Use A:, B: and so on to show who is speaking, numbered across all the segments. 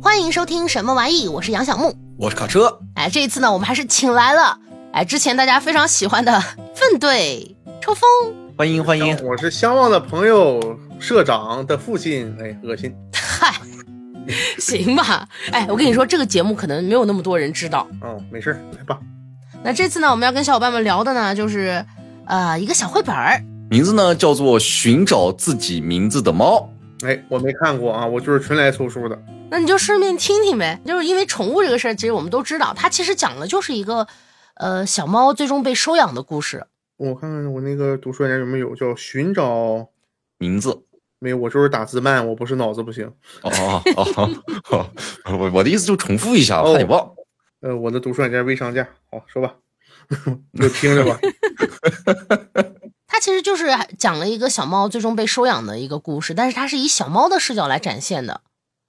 A: 欢迎收听什么玩意？我是杨小木。
B: 我是卡车，
A: 哎，这一次呢，我们还是请来了哎之前大家非常喜欢的粪队抽风。
B: 欢迎欢迎。
C: 我是相望的朋友社长的父亲，哎，恶心。
A: 嗨， 行吧，哎，我跟你说，这个节目可能没有那么多人知道。
C: 嗯，没事儿，来吧。
A: 那这次呢，我们要跟小伙伴们聊的呢，就是呃一个小绘本儿。
B: 名字呢叫做《寻找自己名字的猫
C: 哎，我没看过啊，我就是纯来凑数的。
A: 那你就顺便听听呗，就是因为宠物这个事儿，其实我们都知道，它其实讲的就是一个呃小猫最终被收养的故事。
C: 我看看我那个读书人有没有叫寻找？》，
B: 名字。
C: 没有，我就是打字慢，我不是脑子不行。
B: 哦哦哦哦， 我我的意思就重复一下，怕你忘。
C: 呃，我的读书软件未上架。好，说吧， 就听 着吧。
A: 它其实就是讲了一个小猫最终被收养的一个故事，但是它是以小猫的视角来展现的。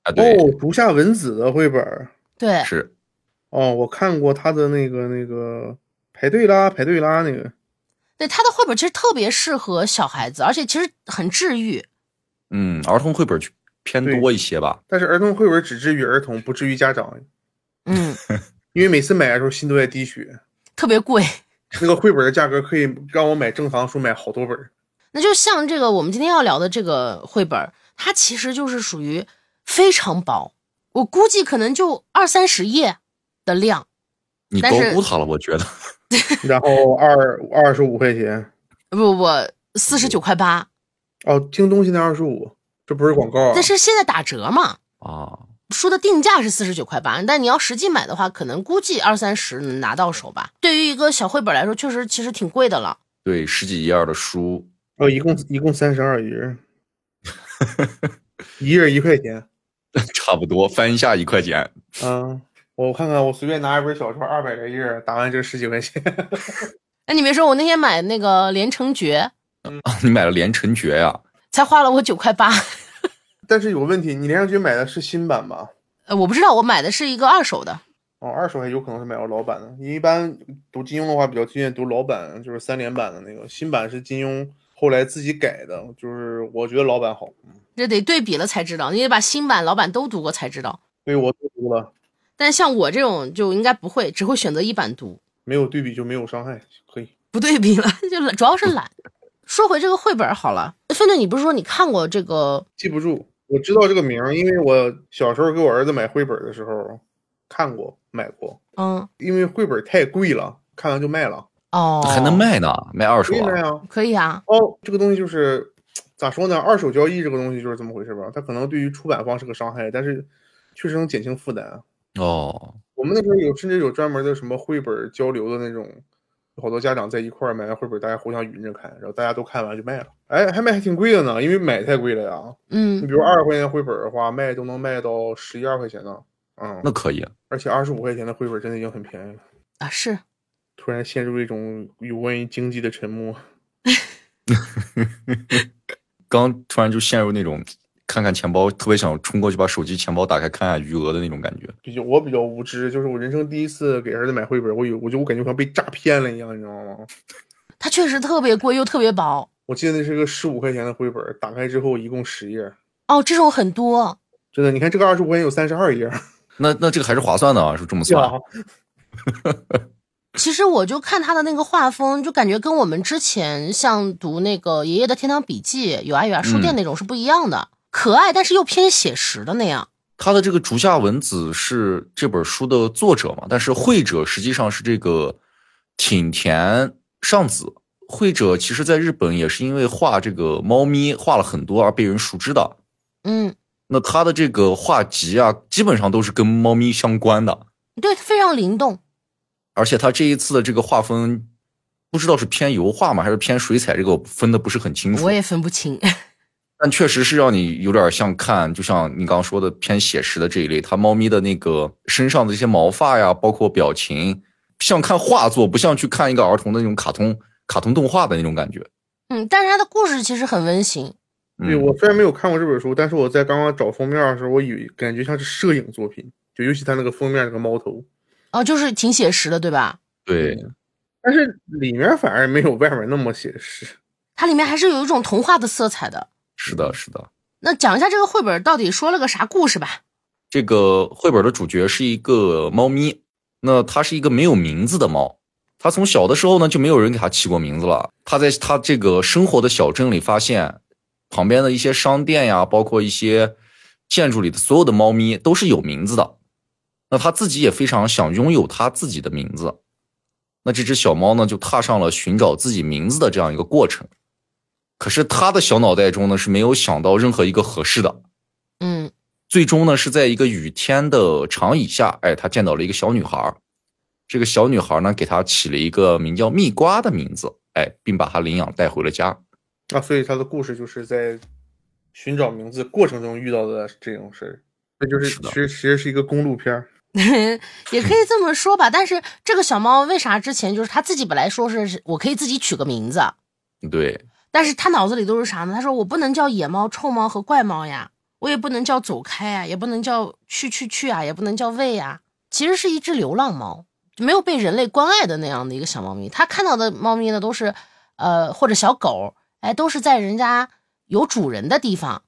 B: 啊，对，
C: 哦，竹下文子的绘本儿。
A: 对，
B: 是
C: 哦，我看过他的那个那个排队啦，排队啦那个。
A: 对，他的绘本其实特别适合小孩子，而且其实很治愈。
B: 嗯，儿童绘本偏多一些吧。
C: 但是儿童绘本只至于儿童，不至于家长，
A: 嗯，
C: 因为每次买的时候心都在滴血。
A: 特别贵。
C: 那个绘本的价格可以让我买正常书买好多本儿。
A: 那就像这个我们今天要聊的这个绘本，它其实就是属于非常薄，我估计可能就二三十页的量。
B: 你高
A: 但是
B: 估它了，我觉得。
C: 然后二二十五块钱
A: 不呃不不，四十九块八，
C: 哦，京东现在二十五，这不是广告啊
A: 但。是现在打折嘛，
B: 啊，
A: 书的定价是四十九块八，但你要实际买的话，可能估计二三十能拿到手吧。对于一个小绘本来说，确实其实挺贵的了。
B: 对，十几页儿的书，
C: 哦，一共一共三十二页，一页一块钱
B: 差不多翻一下一块钱。
C: 啊。我看看，我随便拿一本小说，二百来页，打完就十几块钱。
A: 哎，你别说，我那天买那个《连城诀
B: 啊你买了《连城诀》呀？》，
A: 才花了我九块八。
C: 但是有个问题，你连上去买的是新版吧？
A: 呃，我不知道，我买的是一个二手的。
C: 哦，二手还有可能是买过老版的。你一般读金庸的话，比较推荐读老版，就是三连版的那个。新版是金庸后来自己改的，就是我觉得老版好。
A: 这得对比了才知道，你得把新版、老版都读过才知道。
C: 对，我都读了，
A: 但像我这种就应该不会，只会选择一版读，
C: 没有对比就没有伤害，可以。
A: 不对比了， 就懒主要是懒。说回这个绘本好了，奋队，你不是说你看过这个？
C: 记不住，我知道这个名儿，因为我小时候给我儿子买绘本的时候看过买过，
A: 嗯，
C: 因为绘本太贵了，看完就卖了，
A: 哦，
B: 还能？卖呢，卖二手
C: 可以卖
B: 啊？
C: 啊。
A: 可以啊，
C: 哦，这个东西就是咋说呢？二手交易这个东西就是这么回事吧？它可能对于出版方是个伤害，但是确实能减轻负担啊。
B: 哦，
C: 我们那时候有甚至有专门的什么绘本交流的那种，有好多家长在一块儿买完绘本，大家互相匀着看，然后大家都看完就卖了。哎，还卖还挺贵的呢，因为买太贵了呀。你
A: 嗯，
C: 比如二十块钱的绘本的话，卖都能卖到十一二块钱呢。嗯，
B: 那可以。
C: 而且二十五块钱的绘本真的已经很便宜了。
A: 啊是，
C: 突然陷入一种有关于经济的沉默。
B: 刚突然就陷入那种看看钱包，特别想冲过去把手机钱包打开看下余额的那种感觉。
C: 比较我比较无知，就是我人生第一次给儿子买绘本，我有我就我感觉像被诈骗了一样，你知道吗？
A: 它确实特别贵又特别薄
C: 我记得那是个十五块钱的绘本，打开之后一共十页，
A: 哦，这种很多。
C: 真的，你看这个二十五块钱有三十二页，
B: 那那这个还是划算的啊，是这么算。
A: 其实我就看它的那个画风，就感觉跟我们之前像读那个《爷爷的天堂笔记》《有爱有爱书店》那种是不一样的，可爱但是又偏写实的那样。
B: 他的这个竹下文子是这本书的作者嘛，但是绘者实际上是这个挺田尚子。绘者其实在日本也是因为画这个猫咪画了很多而被人熟知的。
A: 嗯，
B: 那他的这个画集啊，基本上都是跟猫咪相关的，
A: 对，非常灵动。
B: 而且他这一次的这个画风，不知道是偏油画嘛，还是偏水彩，这个我分的不是很清楚啊
A: 我。也分不清。
B: 但确实是让你有点像看，就像你刚刚说的偏写实的这一类，它猫咪的那个身上的这些毛发呀，包括表情，像看画作，不像去看一个儿童的那种卡通、卡通动画的那种感觉。
A: 嗯，但是它的故事其实很温馨。
B: 嗯、
C: 对我虽然没有看过这本书，但是我在刚刚找封面的时候，我以为感觉像是摄影作品，就尤其它那个封面那个猫头，
A: 哦，就是挺写实的，对吧？
B: 对
C: 但是里面反而没有外面那么写实。
A: 它里面还是有一种童话的色彩的。
B: 是的，是的，
A: 那讲一下这个绘本到底说了个啥故事吧？
B: 这个绘本的主角是一个猫咪，那它是一个没有名字的猫。它从小的时候呢就没有人给它起过名字了。它在它这个生活的小镇里发现，旁边的一些商店呀，包括一些建筑里的所有的猫咪都是有名字的。那它自己也非常想拥有它自己的名字。那这只小猫呢就踏上了寻找自己名字的这样一个过程。可是它的小脑袋中呢是没有想到任何一个合适的。
A: 嗯
B: 最终呢，是在一个雨天的长椅下，哎，他见到了一个小女孩儿。这个小女孩呢，给他起了一个名叫蜜瓜的名字，哎，并把她领养带回了家。
C: 啊，所以他的故事就是在寻找名字过程中遇到的这种事儿，那就是
B: 是的
C: 其实其实是一个公路片儿。
A: 也可以这么说吧。但是这个小猫为啥之前就是它自己本来说是我可以自己取个名字，
B: 对，
A: 但是他脑子里都是啥呢？他说我不能叫野猫、臭猫和怪猫呀，我也不能叫走开啊，也不能叫去去去啊，也不能叫喂呀、其实是一只流浪猫，没有被人类关爱的那样的一个小猫咪。他看到的猫咪呢，都是呃或者小狗，哎，都是在人家有主人的地方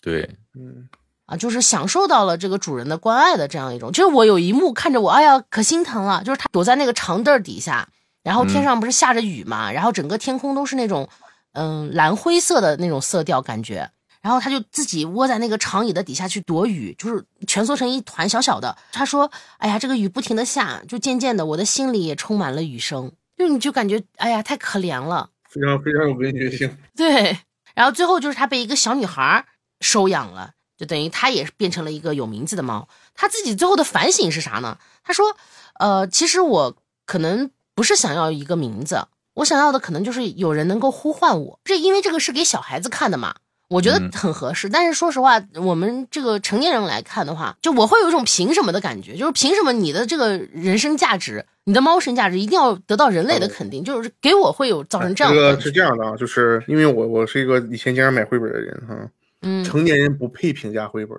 B: 对，
C: 嗯，
A: 啊，就是享受到了这个主人的关爱的这样一种。就是我有一幕看着我，哎呀，可心疼了，就是它躲在那个长凳儿底下，然后天
B: 嗯
A: 上不是下着雨嘛，然后整个天空都是那种嗯蓝灰色的那种色调感觉。然后它就自己窝在那个长椅的底下去躲雨，就是蜷缩成一团小小的。他说：“哎呀，这个雨不停的下，就渐渐的我的心里也充满了雨声，就你就感觉哎呀太可怜了。”
C: 非常非常有文学性。
A: 对，然后最后就是他被一个小女孩儿收养了，就等于他也是变成了一个有名字的猫。他自己最后的反省是啥呢？他说：“呃，其实我可能不是想要一个名字，我想要的可能就是有人能够呼唤我。这因为这个是给小孩子看的嘛。”我觉
B: 嗯
A: 得很合适，但是说实话，我们这个成年人来看的话，就我会有一种凭什么的感觉，就是凭什么你的这个人生价值，你的猫生价值一定要得到人类的肯定，就是给我会有造成这样的
C: 个
A: 感觉
C: 是嗯哎这样的啊，就是因为我我是一个以前经常买绘本的人哈，
A: 嗯
C: 成年人不配评价绘本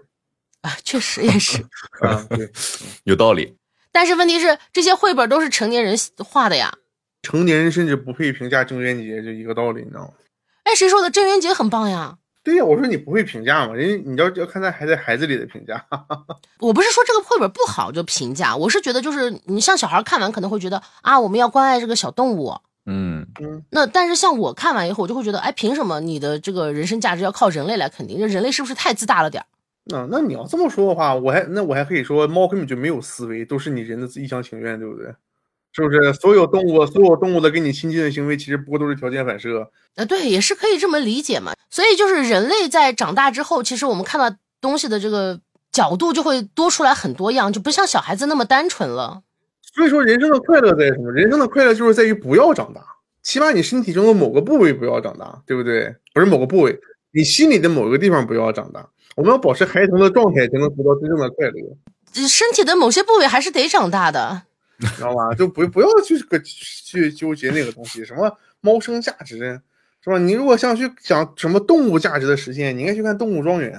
A: 啊，确实也是。
C: 啊，对，
B: 有道理。
A: 但是问题是，这些绘本都是成年人画的呀。
C: 成年人甚至不配评价郑渊洁，就一个道理，你知道吗？
A: 哎，谁说的？郑渊洁很棒呀！
C: 对呀，我说你不会评价嘛，人家你要要看在还在孩子里的评价，
A: 我不是说这个绘本不好就评价，我是觉得就是你像小孩看完可能会觉得啊，我们要关爱这个小动物。
B: 嗯，
A: 那但是像我看完以后，我就会觉得，哎，凭什么你的这个人生价值要靠人类来肯定？这人类是不是太自大了点儿？
C: 那那你要这么说的话，我还那我还可以说，猫根本就没有思维，都是你人的一厢情愿，对不对？是不是？所有动物，所有动物的跟你亲近的行为，其实不过都是条件反射。
A: 呃，对，也是可以这么理解嘛。所以就是人类在长大之后，其实我们看到东西的这个角度就会多出来很多样，就不像小孩子那么单纯了。
C: 所以说，人生的快乐在于什么？人生的快乐就是在于不要长大，起码你身体中的某个部位不要长大，对不对？不是某个部位，你心里的某个地方不要长大。我们要保持孩童的状态，才能得到真正的快乐，
A: 呃身体的某些部位还是得长大的，
C: 知道吧？就 不不要去去去纠结那个东西，什么猫生价值，是吧？你如果想去想什么动物价值的实现，你应该去看《动物庄园》。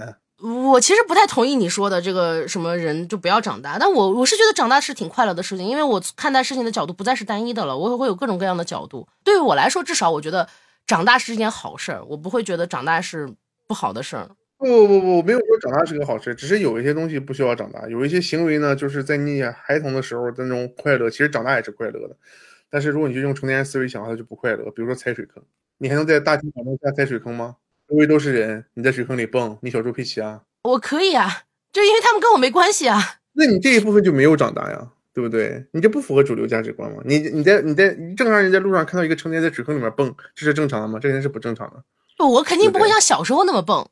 A: 我其实不太同意你说的这个什么人就不要长大，但我我是觉得长大是挺快乐的事情，因为我看待事情的角度不再是单一的了，我会有各种各样的角度。对于我来说，至少我觉得长大是一件好事儿，我不会觉得长大是不好的事儿。
C: 不不不，我没有说长大是个好事，只是有一些东西不需要长大，有一些行为呢，就是在你孩童的时候的那种快乐，其实长大也是快乐的。但是如果你就用成年人思维想，它就不快乐。比如说踩水坑，你还能在大庭广众下踩水坑吗？周围都是人，你在水坑里蹦，你小猪佩奇啊，
A: 我可以啊，就因为他们跟我没关系啊。
C: 那你这一部分就没有长大呀，对不对？你这不符合主流价值观嘛？你你在你在正常人在路上看到一个成年人在水坑里面蹦，这是正常的吗？这肯定是不正常的。
A: 我肯定不会像小时候那么蹦，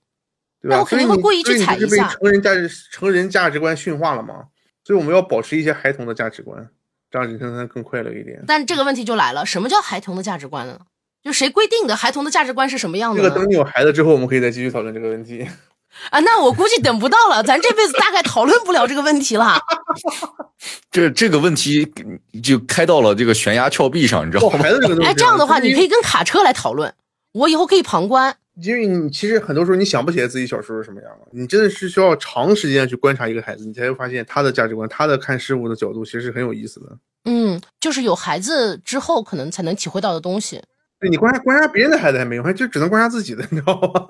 C: 对
A: 那
C: 吧？
A: 我肯
C: 所以
A: 定会
C: 你
A: 故意
C: 所以
A: 去
C: 你
A: 踩
C: 就是
A: 一
C: 被
A: 下
C: 成人价值、成人价值观驯化了嘛？所以我们要保持一些孩童的价值观，这样人生才能更快乐一点。
A: 但这个问题就来了，什么叫孩童的价值观呢？就谁规定的孩童的价值观是什么样
C: 这
A: 的
C: 个
A: 呢？
C: 等你有孩子之后，我们可以再继续讨论这个问题。
A: 啊，那我估计等不到了，咱这辈子大概讨论不了这个问题了。
B: 这这个问题嗯就开到了这个悬崖峭壁上，你知道
C: 哦，
B: 吗？
C: 孩子这个东西，
A: 哎，这样的话，
C: 就是
A: 你可以跟卡车来讨论，我以后可以旁观。
C: 因为你其实很多时候你想不起来自己小时候是什么样了，你真的是需要长时间去观察一个孩子，你才会发现他的价值观、他的看事物的角度其实是很有意思的。
A: 嗯，就是有孩子之后可能才能体会到的东西。
C: 对你观察观察别人的孩子还没用，还就只能观察自己的，你 知 道吗？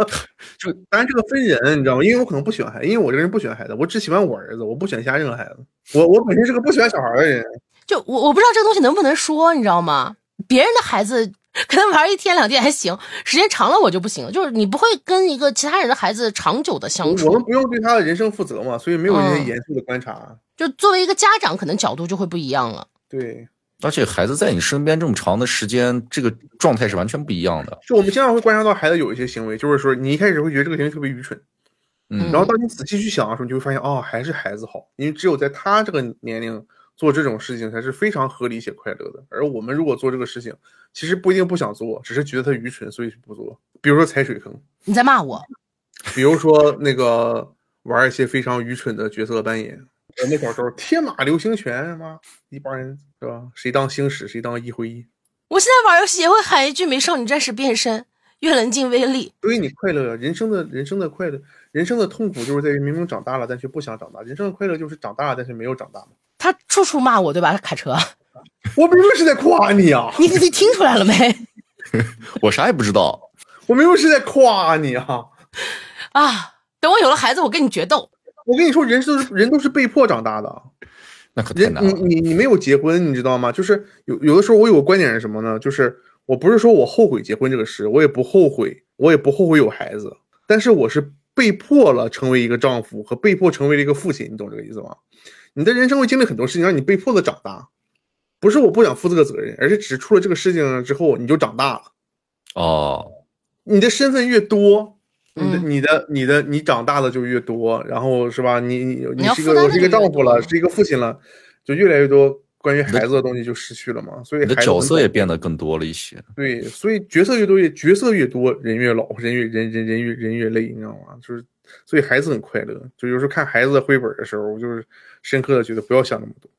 B: 就
C: 当然这个分人，你知道吗？因为我可能不喜欢孩子，因为我这个人不喜欢孩子，我只喜欢我儿子，我不喜欢其他任何孩子。我我本身是个不喜欢小孩的人，
A: 就我我不知道这个东西能不能说，你知道吗？别人的孩子可能玩一天两天还行，时间长了我就不行了。就是你不会跟一个其他人的孩子长久的相
C: 我们
A: 处，
C: 不用对他的人生负责嘛，所以没有这些
A: 嗯
C: 严肃的观察。
A: 就作为一个家长，可能角度就会不一样了。
C: 对，
B: 而且孩子在你身边这么长的时间，这个状态是完全不一样的。
C: 就我们经常会观察到孩子有一些行为，就是说你一开始会觉得这个行为特别愚蠢，
B: 嗯
C: 然后当你仔细去想的时候，你就会发现哦，还是孩子好，因为只有在他这个年龄做这种事情才是非常合理且快乐的。而我们如果做这个事情，其实不一定不想做，只是觉得他愚蠢，所以不做。比如说踩水坑，
A: 你在骂我，
C: 比如说那个玩一些非常愚蠢的角色扮演。我们小时候天马流星拳，妈一帮人是吧？谁当星矢，谁当一辉一。
A: 我现在玩游戏也会喊一句“美少女战士变身”，越冷静威力。
C: 所以你快乐，人生的人生的快乐，人生的痛苦就是在于明明长大了，但却不想长大；人生的快乐就是长大了，但是没有长大嘛。
A: 他处处骂我，对吧？卡车，
C: 我明明是在夸你啊，
A: 你你听出来了没？
B: 我啥也不知道，
C: 我明明是在夸你啊。
A: 啊，等我有了孩子，我跟你决斗。
C: 我跟你说，人都是人都是被迫长大的，
B: 那可太
C: 人
B: 难
C: 你
B: 了。
C: 你你没有结婚，你知道吗？就是有有的时候我有个观点是什么呢？就是我不是说我后悔结婚这个事，我也不后悔，我也不后悔有孩子，但是我是被迫了成为一个丈夫和被迫成为了一个父亲，你懂这个意思吗？你的人生会经历很多事情，让你被迫的长大，不是我不想负这个责任，而是只出了这个事情之后你就长大了。
B: 哦，
C: 你的身份越多，你的、
A: 嗯
C: 你的你的你长大的就越多，然后是吧？你你
A: 你
C: 你
A: 要
C: 是一
A: 负担的
C: 个我是一个
A: 就越
C: 丈夫
A: 多
C: 了，是一个父亲了，就越来越多关于孩子的东西就失去了嘛。所以
B: 你的
C: 孩子
B: 角
C: 很
B: 色也
C: 宝
B: 变得更多了一些。
C: 对，所以角色越多越角色越多，人越老，人越人人人越人越累，你知道吗？就是所以孩子很快乐，就有时候看孩子的绘本的时候，我就是深刻的觉得不要想那么多，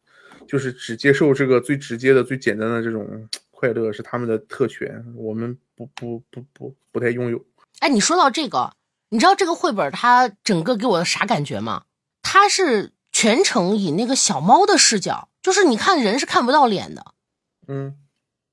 C: 就是只接受这个最直接的、最简单的这种快乐是他们的特权，我们不不不不不太拥有。
A: 哎，你说到这个，你知道这个绘本它整个给我啥感觉吗？它是全程以那个小猫的视角，就是你看人是看不到脸的，
C: 嗯。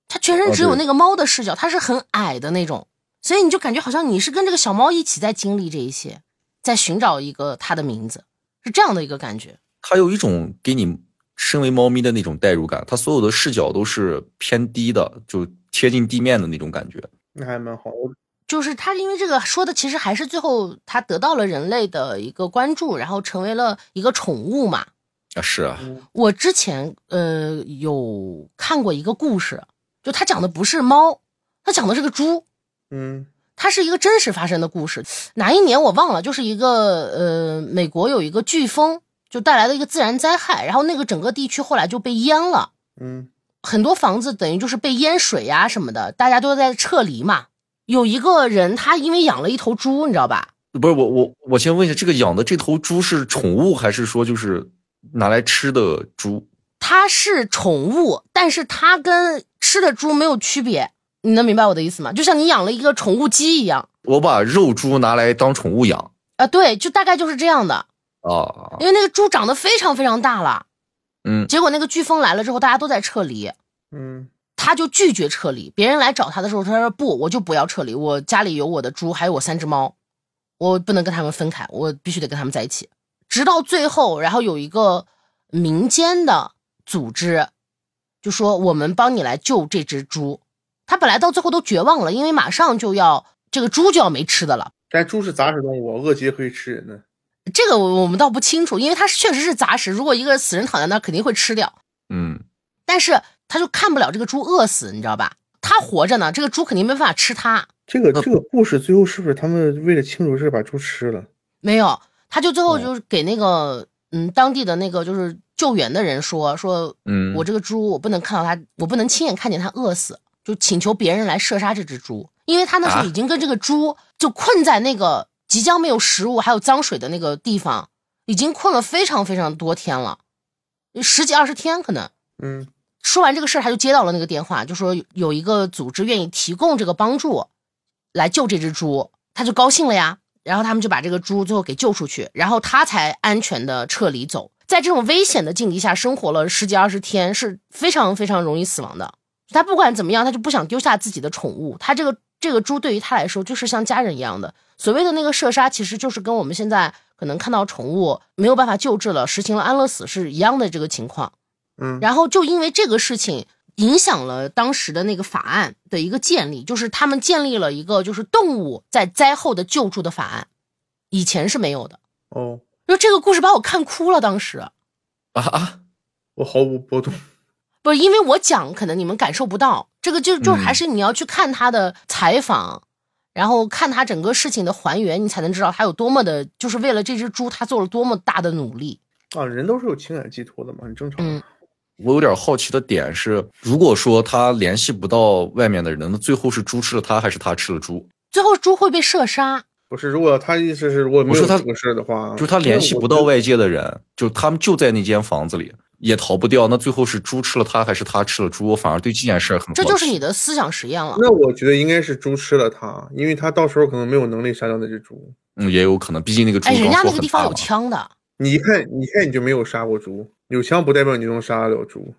A: 它全身
B: 哦
A: 只有
B: 对
A: 那个猫的视角，它是很矮的那种，所以你就感觉好像你是跟这个小猫一起在经历这一些，在寻找一个它的名字，是这样的一个感觉。
B: 它有一种给你身为猫咪的那种代入感，它所有的视角都是偏低的，就贴近地面的那种感觉。
C: 那还蛮好，我
A: 就是它因为这个说的，其实还是最后它得到了人类的一个关注，然后成为了一个宠物嘛。
B: 啊，是啊，
A: 我之前呃有看过一个故事，就它讲的不是猫，它讲的是个猪，
C: 嗯
A: 它是一个真实发生的故事。哪一年我忘了，就是一个呃美国有一个飓风就带来的一个自然灾害，然后那个整个地区后来就被淹了，
C: 嗯
A: 很多房子等于就是被淹水呀、什么的，大家都在撤离嘛。有一个人他因为养了一头猪，你知道吧？
B: 不是我我我先问一下，这个养的这头猪是宠物还是说就是拿来吃的猪？
A: 它是宠物，但是它跟吃的猪没有区别，你能明白我的意思吗？就像你养了一个宠物鸡一样
B: 我把肉猪拿来当宠物养
A: 啊，对，就大概就是这样的。
B: 啊，
A: 因为那个猪长得非常非常大了，
B: 嗯，
A: 结果那个飓风来了之后，大家都在撤离，
C: 嗯
A: 他就拒绝撤离。别人来找他的时候，他说不，我就不要撤离，我家里有我的猪，还有我三只猫，我不能跟他们分开，我必须得跟他们在一起。直到最后，然后有一个民间的组织就说我们帮你来救这只猪。他本来到最后都绝望了，因为马上就要这个猪就要没吃的了。
C: 但猪是杂食动物，饿极可以吃人的。
A: 这个我我们倒不清楚，因为它确实是杂食，如果一个死人躺在那儿，肯定会吃掉。
B: 嗯，
A: 但是他就看不了这个猪饿死，你知道吧？他活着呢，这个猪肯定没办法吃他。
C: 这
B: 呃
C: 个这个故事最后是不是他们为了庆祝事把猪吃了？
A: 没有，他就最
B: 哦
A: 后就是给那个嗯当地的那个就是救援的人说说，
B: 嗯
A: 我这个猪我不能看到它，我不能亲眼看见它饿死，就请求别人来射杀这只猪，因为他那时候
B: 啊
A: 已经跟这个猪就困在那个即将没有食物还有脏水的那个地方，已经困了非常非常多天了，十几二十天可能。
C: 嗯
A: 说完这个事儿，他就接到了那个电话，就说有有一个组织愿意提供这个帮助，来救这只猪，他就高兴了呀。然后他们就把这个猪最后给救出去，然后他才安全的撤离走。在这种危险的境地下生活了十几二十天，是非常非常容易死亡的。他不管怎么样，他就不想丢下自己的宠物。他这个这个猪对于他来说就是像家人一样的。所谓的那个射杀，其实就是跟我们现在可能看到宠物没有办法救治了，实行了安乐死是一样的这个情况。
C: 嗯，
A: 然后就因为这个事情，影响了当时的那个法案的一个建立，就是他们建立了一个就是动物在灾后的救助的法案，以前是没有的。
C: 哦，
A: 就这个故事把我看哭了，当时。
B: 啊啊！
C: 我毫无波动。
A: 不，因为我讲可能你们感受不到，这个就就
B: 嗯
A: 还是你要去看他的采访，然后看他整个事情的还原，你才能知道他有多么的，就是为了这只猪，他做了多么大的努力。
C: 啊，人都是有情感寄托的嘛，很正常。
A: 嗯
B: 我有点好奇的点是，如果说他联系不到外面的人，那最后是猪吃了他，还是他吃了猪？
A: 最后猪会被射杀，
C: 不是，如果他意思是如果没
B: 我
C: 有
B: 说他
C: 啊这个事儿的话，
B: 就是他联系不到外界的人，就他们就在那间房子里，也逃不掉。那最后是猪吃了他，还是他吃了猪？我反而对这件事儿很好奇。
A: 这就是你的思想实验了。
C: 那我觉得应该是猪吃了他，因为他到时候可能没有能力杀掉那只猪。
B: 嗯，也有可能，毕竟那个猪
A: 哎，人家
B: 刚
A: 那
B: 说
A: 个地
B: 很
A: 方
B: 大
A: 有
B: 嘛。
A: 枪的，
C: 你一看，你一看你就没有杀过猪，有枪不代表你就能杀得了猪，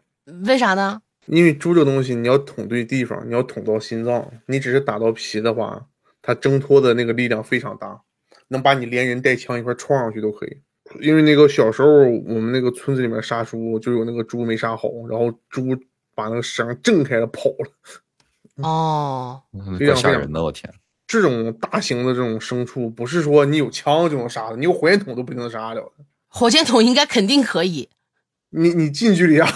A: 为啥呢？
C: 因为猪这东西你要捅对地方，你要捅到心脏，你只是打到皮的话，它挣脱的那个力量非常大，能把你连人带枪一块儿撞上去都可以。因为那个小时候我们那个村子里面杀猪，就有那个猪没杀好，然后猪把那个绳挣开了跑了。
A: 哦，
B: 嗯
C: 非
B: 怪
C: 常
B: 吓
C: 非常
B: 人的，我天！
C: 这种大型的这种牲畜，不是说你有枪就能杀的，你有火箭筒都不一定能杀得了的。
A: 火箭筒应该肯定可以，
C: 你你近距离啊，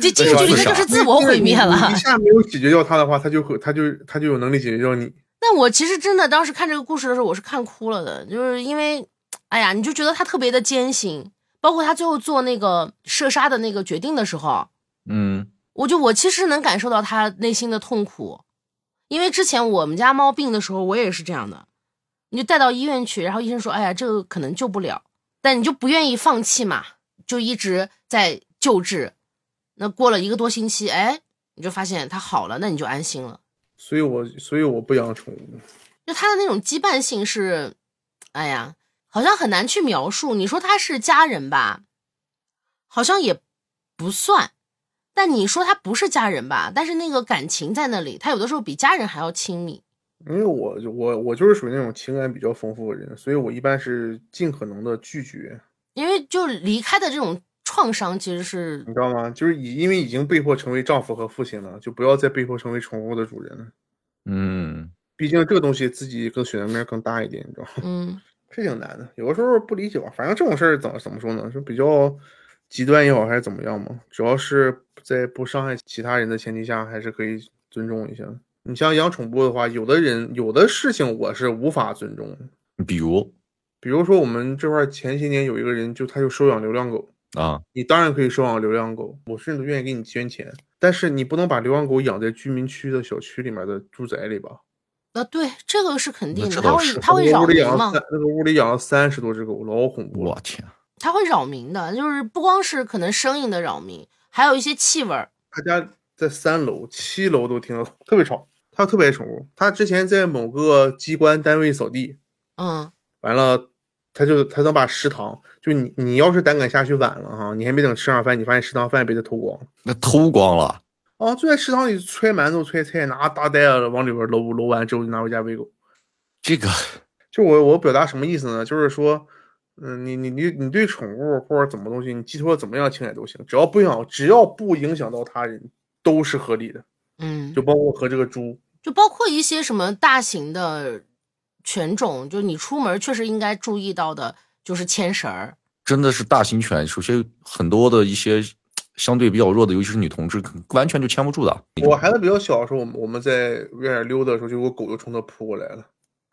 A: 这近
B: 对吧
A: 距
B: 啊
A: 离
B: 自
A: 那就
B: 杀
A: 是自我毁灭
C: 你
A: 了
C: 你一。下没有解决掉它的话，它就会，它就它就有能力解决掉你。
A: 但我其实真的当时看这个故事的时候，我是看哭了的，就是因为，哎呀，你就觉得他特别的艰辛，包括他最后做那个射杀的那个决定的时候，
B: 嗯，
A: 我就我其实能感受到他内心的痛苦，因为之前我们家猫病的时候，我也是这样的，你就带到医院去，然后医生说，哎呀，这个可能救不了，但你就不愿意放弃嘛，就一直在救治。那过了一个多星期，哎，你就发现它好了，那你就安心了。
C: 所以我所以我不养宠物。
A: 就它的那种羁绊性是，哎呀，好像很难去描述。你说它是家人吧，好像也不算；但你说它不是家人吧，但是那个感情在那里，它有的时候比家人还要亲密。
C: 因为我就我我就是属于那种情感比较丰富的人，所以我一般是尽可能的拒绝，
A: 因为就离开的这种创伤，其实 是
C: 你知道吗？就是已因为已经被迫成为丈夫和父亲了，就不要再被迫成为宠物的主人了。
B: 嗯，
C: 毕竟这个东西自己更选择面更大一点，你知道吗？
A: 嗯，
C: 是挺难的，有的时候不理解吧。反正这种事儿怎么怎么说呢，就比较极端也好，还是怎么样嘛，只要是在不伤害其他人的前提下，还是可以尊重一下。你像养宠物的话，有的人有的事情我是无法尊重的，
B: 比如
C: 比如说我们这块儿前些年有一个人，就他就收养流浪狗，
B: 啊，
C: 你当然可以收养流浪狗，我甚至都愿意给你捐钱，但是你不能把流浪狗养在居民区的小区里面的住宅里吧？
A: 啊，对，这个是肯定
B: 那
A: 的，
B: 这
A: 它
B: 倒
A: 会
B: 是
A: 它会扰
C: 那个屋里养
A: 民
C: 了
A: 嘛，
C: 三那个屋里养了三十多只狗，老恐怖了
B: 我。天，
A: 它会扰民的，就是不光是可能声音的扰民，还有一些气味儿。
C: 他家在三楼、七楼都听得到，特别吵。他特别爱宠物，他之前在某个机关单位扫地，
A: 嗯，
C: 完了，他就他能把食堂，就你你要是胆敢下去晚了哈，你还没等吃上饭，你发现食堂饭被他偷光了。
B: 那偷光了，
C: 啊，就在食堂里揣馒头、揣菜，拿大袋子往里边搂，搂完之后就拿回家喂狗。
B: 这个
C: 就我我表达什么意思呢？就是说，嗯，你你你你对宠物或者怎么东西，你寄托怎么样情感都行，只要不影响，只要不影响到他人，都是合理的。
A: 嗯，
C: 就包括和这个猪，
A: 就包括一些什么大型的犬种，就你出门确实应该注意到的，就是牵绳儿。
B: 真的是大型犬。首先，很多的一些相对比较弱的，尤其是女同志，可能完全就牵不住的。
C: 我孩子比较小的时候，我们我们在院儿溜达的时候，就有个狗就冲他扑过来了。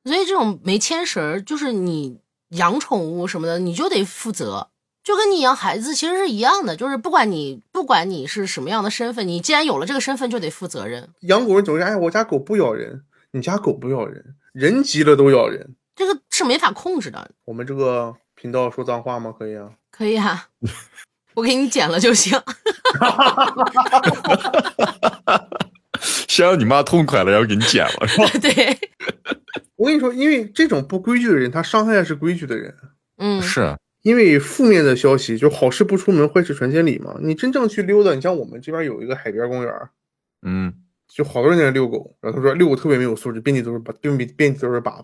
A: 所以这种没牵绳儿，就是你养宠物什么的，你就得负责，就跟你养孩子其实是一样的，就是不管你不管你是什么样的身份，你既然有了这个身份，就得负责任。
C: 养狗人总是哎，我家狗不咬人，你家狗不咬人，人急了都咬人。
A: 这个是没法控制的，
C: 我们这个频道说脏话吗？可以啊。
A: 可以啊，我给你剪了就行。
B: 先让你妈痛快了，然后给你剪了， 是吧？
A: 对，
C: 我跟你说，因为这种不规矩的人，他伤害的是规矩的人。
A: 嗯，
B: 是，啊
C: 因为负面的消息，就好事不出门，坏事传千里嘛。你真正去溜达，你像我们这边有一个海边公园儿，
B: 嗯，
C: 就好多人在那遛狗，然后他说遛狗特别没有素质，遍地都是粑，遍地遍地都是粑粑，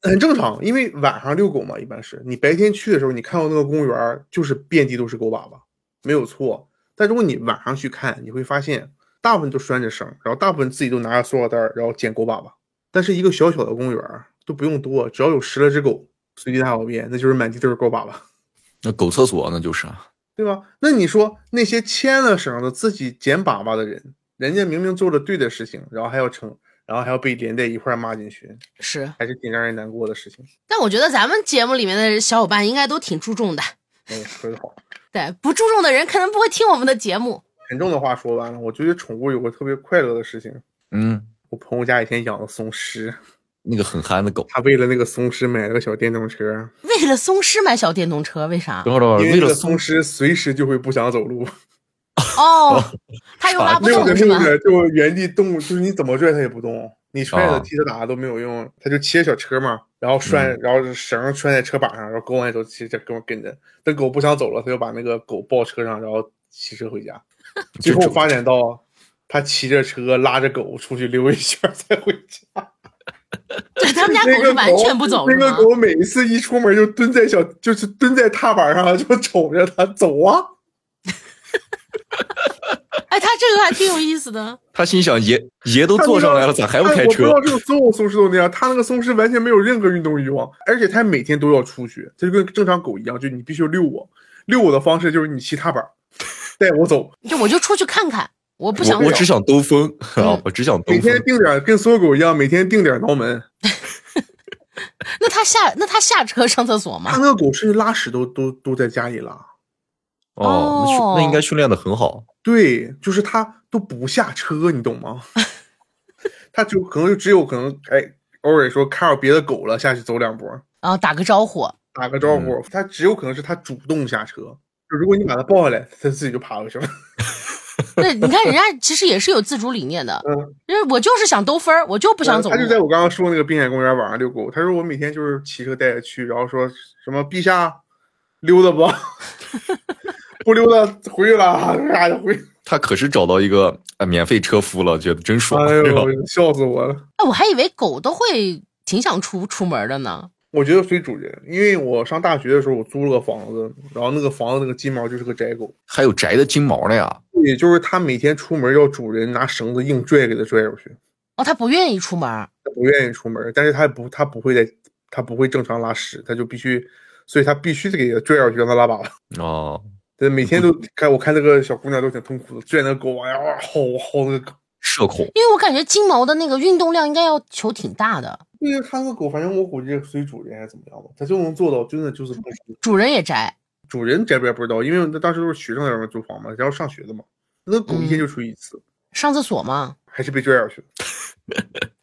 C: 很正常，因为晚上遛狗嘛，一般是你白天去的时候，你看到那个公园就是遍地都是狗粑粑，没有错。但如果你晚上去看，你会发现大部分都拴着绳，然后大部分自己都拿着塑料袋，然后捡狗粑粑。但是一个小小的公园都不用多，只要有十来只狗随地大小便，那就是满地都是狗粑粑。
B: 那狗厕所那就是啊，
C: 对吧？那你说那些牵了绳的自己捡粑粑的人，人家明明做了对的事情，然后还要成，然后还要被连带一块儿骂进去，
A: 是。
C: 还是挺让人难过的事情。
A: 但我觉得咱们节目里面的小伙伴应该都挺注重的，
C: 嗯，说的好。
A: 对，不注重的人可能不会听我们的节目。
C: 沉重的话说完了，我觉得宠物有个特别快乐的事情。
B: 嗯，
C: 我朋友家以前养的松狮，
B: 那个很憨的狗。
C: 他为了那个松狮买了个小电动车，
A: 为了松狮买小电动车，为啥？
B: 等会儿等会儿，哦
C: 因为
B: 为
C: 那
B: 了
C: 个
B: 松
C: 松狮随时就会不想走路，
A: 哦，他 又拉不
C: 遛着
A: 动是
C: 遛
A: 吧？
C: 着就原地动，就是你怎么拽它也不动，你踹它
B: 啊嗯
C: 踢它打它都没有用，它就骑着小车嘛，然后拴，然后绳拴在车把上，然后狗往前走，骑着跟跟着，等狗不想走了，它就把那个狗抱车上，然后骑车 回家，最后
B: 这种
C: 发展到他骑着车拉着狗出去溜一圈儿再回家。
A: 对，他们 家
C: 那
A: 狗
C: 个
A: 是完全不走，
C: 那
A: 是
C: 个
A: 吗？
C: 狗每一次一出门就蹲在小，就是蹲在踏板上，就瞅着它走啊。
A: 哎，他这个还挺有意思的。
B: 他心想爷爷都坐上来了，咋还不
C: 哎
B: 开车
C: 我？不知道这个所有松狮都那样，它那个松狮完全没有任何运动欲望，而且它每天都要出去，它就跟正常狗一样，就你必须遛我。遛我的方式就是你骑踏板，带 我走，
A: 就我就出去看看，我不想
B: 我
A: 走
B: 我。只想兜风 啊
A: 嗯，
B: 我只想兜
C: 每天
B: 风。
C: 定点跟所有狗一样，每天定点挠门。
A: 那他下那他下车上厕所
C: 它
A: 吗？
C: 那个狗甚至拉屎都都都在家里拉，
B: 哦，那训
A: 哦
B: 那应该训练的很好。
C: 对，就是它都不下车，你懂吗？ 它就可能就只有可能哎，偶尔说看到别的狗了下去走两步，
A: 然后打个招呼。
C: 打个招呼，它只有可能是它主动下车。就如果你把它抱下来，它自己就爬回去了。
A: 对，你看人家其实也是有自主理念的
C: 嗯，
A: 因为我就是想兜风儿，我就不想走
C: 他就在
A: 路。
C: 我刚刚说那个滨海公园晚上遛狗，他说我每天就是骑车带着去，然后说什么陛下溜达吧， 不溜达回去了， 啥就回。
B: 他可是找到一个呃免费车夫了，觉得真爽。
C: 哎
B: 是吧
C: 呦，笑死我了！
A: 哎，我还以为狗都会挺想出出门的呢。
C: 我觉得随主人，因为我上大学的时候我租了个房子，然后那个房子那个金毛就是个宅狗，
B: 还有宅的金毛了呀？
C: 也就是它每天出门要主人拿绳子硬拽给它拽出去，
A: 哦，它不愿意出门。
C: 它不愿意出门，但是它也不它不会在它不会正常拉屎，它就必须，所以它必须得给它拽上去让它拉粑粑。
B: 哦，
C: 对，每 天都看，我看那个小姑娘都挺痛苦的，拽那个狗往呀哇薅薅那个狗。
B: 社恐。
A: 因为我感觉金毛的那个运动量应该要求挺大的，
C: 因为它那个狗，反正我估计随主人还是怎么样吧，它就能做到，真的就是不行
A: 主人也宅。
C: 主人宅不宅不知道，因为那当时都是学生在外面租房嘛，然后上学的嘛，那狗一天就出去一次，
A: 上厕所嘛，
C: 还是被拽下去的。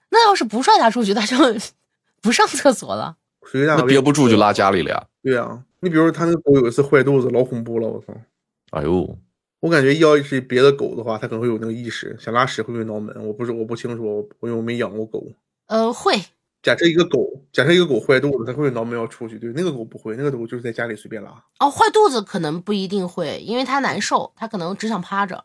A: 那要是不拽它出去，它就 不上厕所了。
C: 随地大
B: 那
C: 小
B: 憋
C: 便。
B: 不住就拉家里了呀。
C: 对啊，你比如说它那个狗有一次坏肚子，老恐怖了，我操！
B: 哎呦，
C: 我感觉要是别的狗的话，它可能会有那个意识，想拉屎会不会挠门？我不是我不清楚，我我因为我没养过狗。
A: 呃，会，
C: 假设一个狗，假设一个狗坏肚子，它会不会挠门要出去？对，那个狗不会，那个狗就是在家里随便拉。
A: 哦，坏肚子可能不一定会，因为它难受，它可能只想趴着。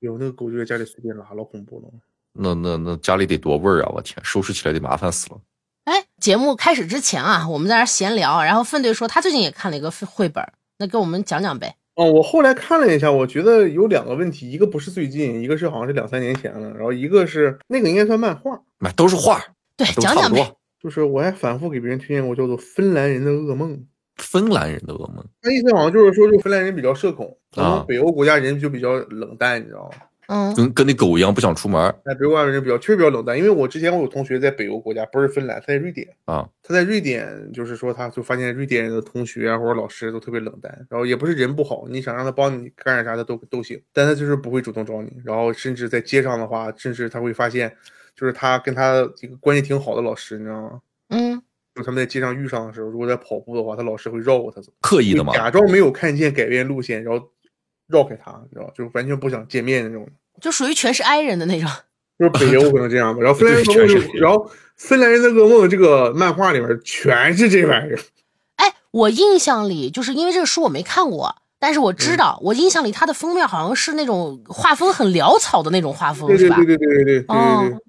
C: 有那个狗就在家里随便拉，老恐怖了。
B: 那那那家里得多味儿啊！我天，收拾起来得麻烦死了。
A: 哎，节目开始之前啊，我们在那儿闲聊，然后粪队说他最近也看了一个绘本儿，那给我们讲讲呗。
C: 哦，我后来看了一下，我觉得有两个问题，一个不是最近，一个是好像是两三年前了，然后一个是那个应该算漫画，
B: 买都是画儿，
A: 对，
B: 都
A: 讲
B: 差
A: 讲
B: 不
A: 呗。
B: 多。
C: 就是我还反复给别人推荐过，叫做《芬兰人的噩梦》。
B: 芬兰人的噩梦，
C: 那意思好像就是说，就芬兰人比较社恐，可能
B: 啊
C: 北欧国家人就比较冷淡，你知道吗？
A: 嗯，
B: 跟跟那狗一样不想出门儿
C: 哎，北欧国家人比较确实比较冷淡，因为我之前我有同学在北欧国家，不是芬兰，他在瑞典。
B: 啊。
C: 他在瑞典，就是说他就发现瑞典人的同学啊或者老师都特别冷淡，然后也不是人不好，你想让他帮你干点啥他都都行，但他就是不会主动找你，然后甚至在街上的话，甚至他会发现，就是他跟他一个关系挺好的老师，你知道吗？
A: 嗯，
C: 就他们在街上遇上的时候，如果在跑步的话，他老师会绕过他走，
B: 刻意的嘛
C: 会，假装没有看见，改变路线，然后绕开他，你知道吗？就是完全不想见面那种。
A: 就属于全是 I 人的那种。
C: 就是北欧可能这样吧，然后芬兰人的
B: 对
C: 噩
B: 确
C: 梦
B: 实
C: 就，然后芬兰人的噩梦这个漫画里面全是这玩意儿。
A: 哎，我印象里就是因为这个书我没看过，但是我
C: 嗯
A: 知道，我印象里它的封面好像是那种画风很潦草的那种画风，
C: 对
A: 哦是
C: 对
A: 吧
C: 对？对对对对对对
A: 哦，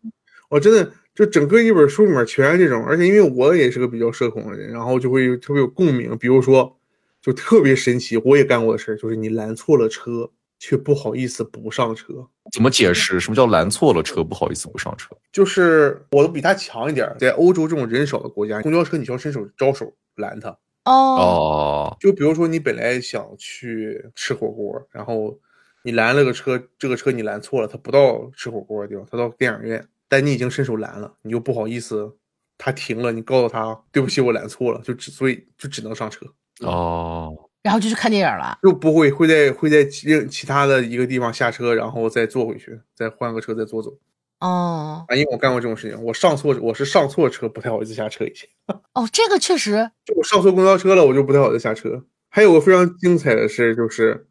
C: 我真的就整个一本书里面全是这种，而且因为我也是个比较社恐的人，然后就会有特别有共鸣。比如说，就特别神奇，我也干过的事儿，就是你拦错了车，却不好意思不上车。
B: 怎么解释？什么叫拦错了车？不好意思，不上车。
C: 就是我比他强一点儿，在欧洲这种人少的国家，公交车你需要伸手招手拦他。
A: 哦，
B: 哦，
C: 就比如说你本来想去吃火锅，然后你拦了个车，这个车你拦错了，他不到吃火锅的地方，他到电影院，但你已经伸手拦了，你又不好意思，他停了，你告诉他对不起，我拦错了，就只所以就只能上车，
B: 哦，
A: 然后就去看电影了。
C: 就不会会在会在其呃其他的一个地方下车，然后再坐回去，再换个车再坐走。
A: 哦
C: 啊，因为我干过这种事情，我上错我是上错车，不太好意思下车以前。
A: 哦，这个确实
C: 就我上错公交车了，我就不太好再下车。还有个非常精彩的事，就是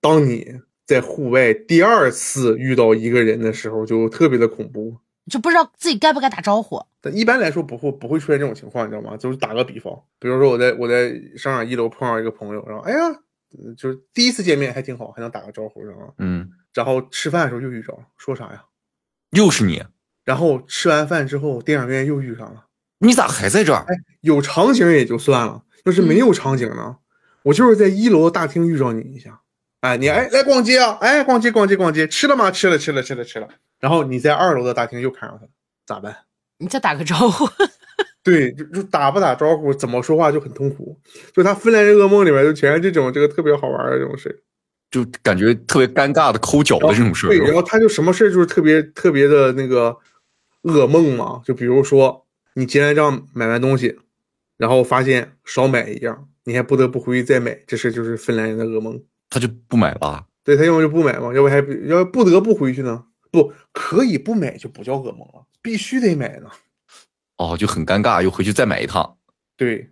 C: 当你在户外第二次遇到一个人的时候，就特别的恐怖。
A: 就不知道自己该不该打招呼。
C: 但一般来说不会不会出现这种情况，你知道吗？就是打个比方，比如说我在我在商场一楼碰上一个朋友，然后哎呀，嗯就是第一次见面还挺好，还能打个招呼，然后
B: 嗯，
C: 然后吃饭的时候又遇着了，说啥呀？
B: 又是你，
C: 然后吃完饭之后，电影院又遇上了。
B: 你咋还在这儿？
C: 有场景也就算了，要是没有场景呢，我就是在一楼大厅遇着你一下，哎，你哎来逛街啊，哎逛街逛街逛街，吃了吗？吃了吃了吃了吃了，然后你在二楼的大厅又看上他了，咋办？
A: 你再打个招呼，
C: 对，就就打不打招呼，怎么说话就很痛苦。就他《芬兰人噩梦》里面就全是这种这个特别好玩的这种事儿。
B: 就感觉特别尴尬的抠脚的这种事儿
C: 对，然后他就什么事儿就是特别特别的那个噩梦嘛，就比如说你结完账买完东西，然后发现少买一样，你还不得不回去再买，这事就是芬兰人的噩梦。
B: 他就不买了。
C: 对他要么就不买嘛，要不还要不得不回去呢？不可以不买就不叫噩梦了，必须得买呢。
B: 哦，就很尴尬，又回去再买一趟。
C: 对，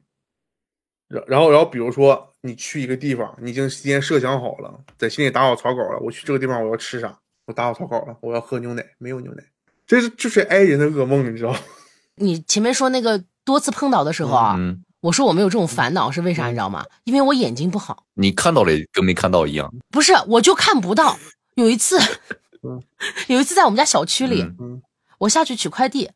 C: 然然后然后比如说你去一个地方，你已经提前设想好了，在心里打好草稿了，我去这个地方我要吃啥，我打好草稿了，我要喝牛奶，没有牛奶，这是这是 i 人的噩梦，你知道吗？
A: 你前面说那个多次碰到的时候啊，
B: 嗯，
A: 我说我没有这种烦恼是为啥？你知道吗？因为我眼睛不好，
B: 你看到了也跟没看到一样。
A: 不是我就看不到。有一 次
C: 嗯，
A: 有一次在我们家小区里，
B: 嗯
A: 我下去取快递，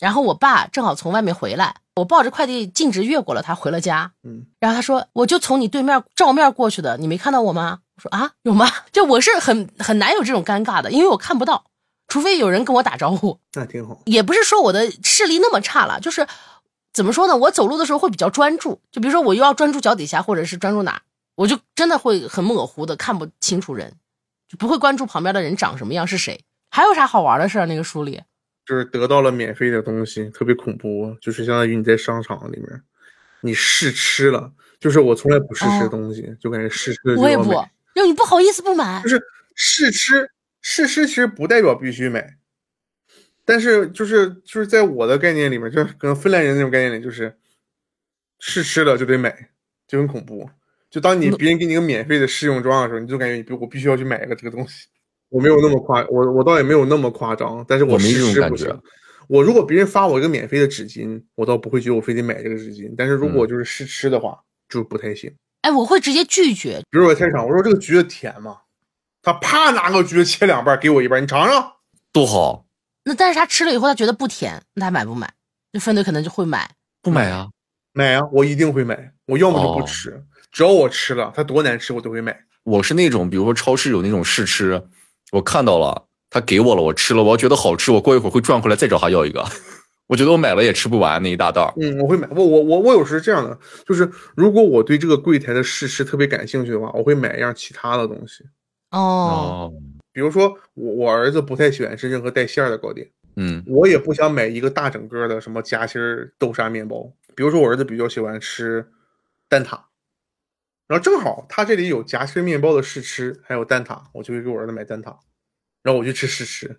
A: 然后我爸正好从外面回来，我抱着快递径直越过了他，回了家。
C: 嗯，
A: 然后他说：“我就从你对面照面过去的，你没看到我吗？”我说：“啊，有吗？” 就我是很很难有这种尴尬的，因为我看不到，除非有人跟我打招呼。
C: 那挺好。
A: 也不是说我的视力那么差了，就是怎么说呢？我走路的时候会比较专注，就比如说我又要专注脚底下，或者是专注哪儿，我就真的会很模糊的看不清楚人，就不会关注旁边的人长什么样是谁。还有啥好玩的事儿？啊那个书里
C: 就是得到了免费的东西，特别恐怖，啊就是相当于你在商场里面，你试吃了，就是我从来不试吃
A: 哦
C: 东西，就感觉试吃了就
A: 我也
C: 要
A: 不
C: 买，
A: 让你不好意思不买
C: 就。是试吃，试吃其实不代表必须买，但是就是就是在我的概念里面，就是可能芬兰人那种概念里，就是试吃了就得买，就很恐怖。就当你
A: 那
C: 别人给你个免费的试用装的时候，你就感觉你必我必须要去买一个这个东西。我没有那么夸，我我倒也没有那么夸张，但是
B: 我没
C: 试
B: 这种
C: 吃
B: 感
C: 不
B: 觉
C: 行。我如果别人发我一个免费的纸巾，我倒不会觉得我非得买这个纸巾。但是如
B: 嗯
C: 果就是试吃的话，就不太行。
A: 哎，我会直接拒绝。
C: 比如我在菜市场，我说这个橘子甜吗？他啪拿个橘子切两半儿给我一半儿，你尝尝。
B: 多好，
A: 那但是他吃了以后，他觉得不甜，那他买不买？就分队可能就会买。
B: 不买啊？
C: 买啊，我一定会买。我要么就
B: 哦
C: 不吃，只要我吃了，它多难吃我都会买。
B: 我是那种，比如说超市有那种试吃，我看到了，他给我了，我吃了，我要觉得好吃，我过一会儿会转回来再找他要一个。 我觉得我买了也吃不完那一大袋儿。
C: 嗯，我会买。我我我我有时是这样的，就是如果我对这个柜台的试吃特别感兴趣的话，我会买一样其他的东西。
A: 哦，，
C: 比如说我我儿子不太喜欢吃任何带馅儿的糕点，
B: 嗯，
C: 我也不想买一个大整个的什么夹心儿豆沙面包。比如说我儿子比较喜欢吃蛋挞，然后正好他这里有夹心面包的试吃，还有蛋挞，我就会给我儿子买蛋挞，然后我去吃试吃，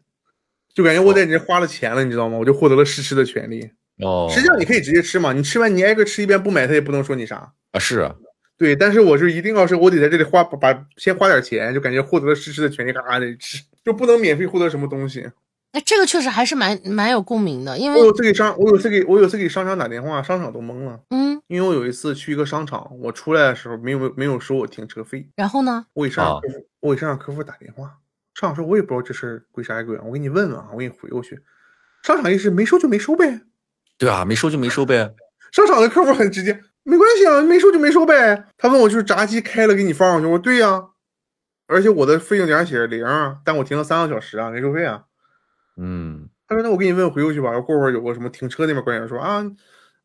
C: 就感觉我在你这花了钱了，你知道吗？我就获得了试吃的权利。
B: 哦，
C: 实际上你可以直接吃嘛，你吃完你挨个吃一遍不买他也不能说你啥。
B: 啊是，
C: 对，但是我是一定要是我得在这里花把把先花点钱，就感觉获得了试吃的权利，嘎嘎得吃，就不能免费获得什么东西。
A: 那这个确实还是蛮蛮有共鸣的，因
C: 我
A: 为
C: 有次给商，我有次给我有次给商场打电话，商场都懵了。
A: 嗯，
C: 因为我有一次去一个商场，我出来的时候没有没有收我停车费，
A: 然后呢？
C: 我给上
B: 啊
C: 海客服、我给上海客服打电话，上海说我也不知道这事儿归啥归啊，我给你问问啊，我给你回过去。商场意思没收就没收呗，
B: 对啊，没收就没收 呗。
C: 商场的客服很直接，没关系啊，没收就没收呗。他问我就是闸机开了给你放上去，我说对呀、而且我的费用点上写着零啊，但我停了三个小时啊，没收费啊。
B: 嗯，
C: 他说那我给你问回过去吧，过会儿有个什么停车那边官员说啊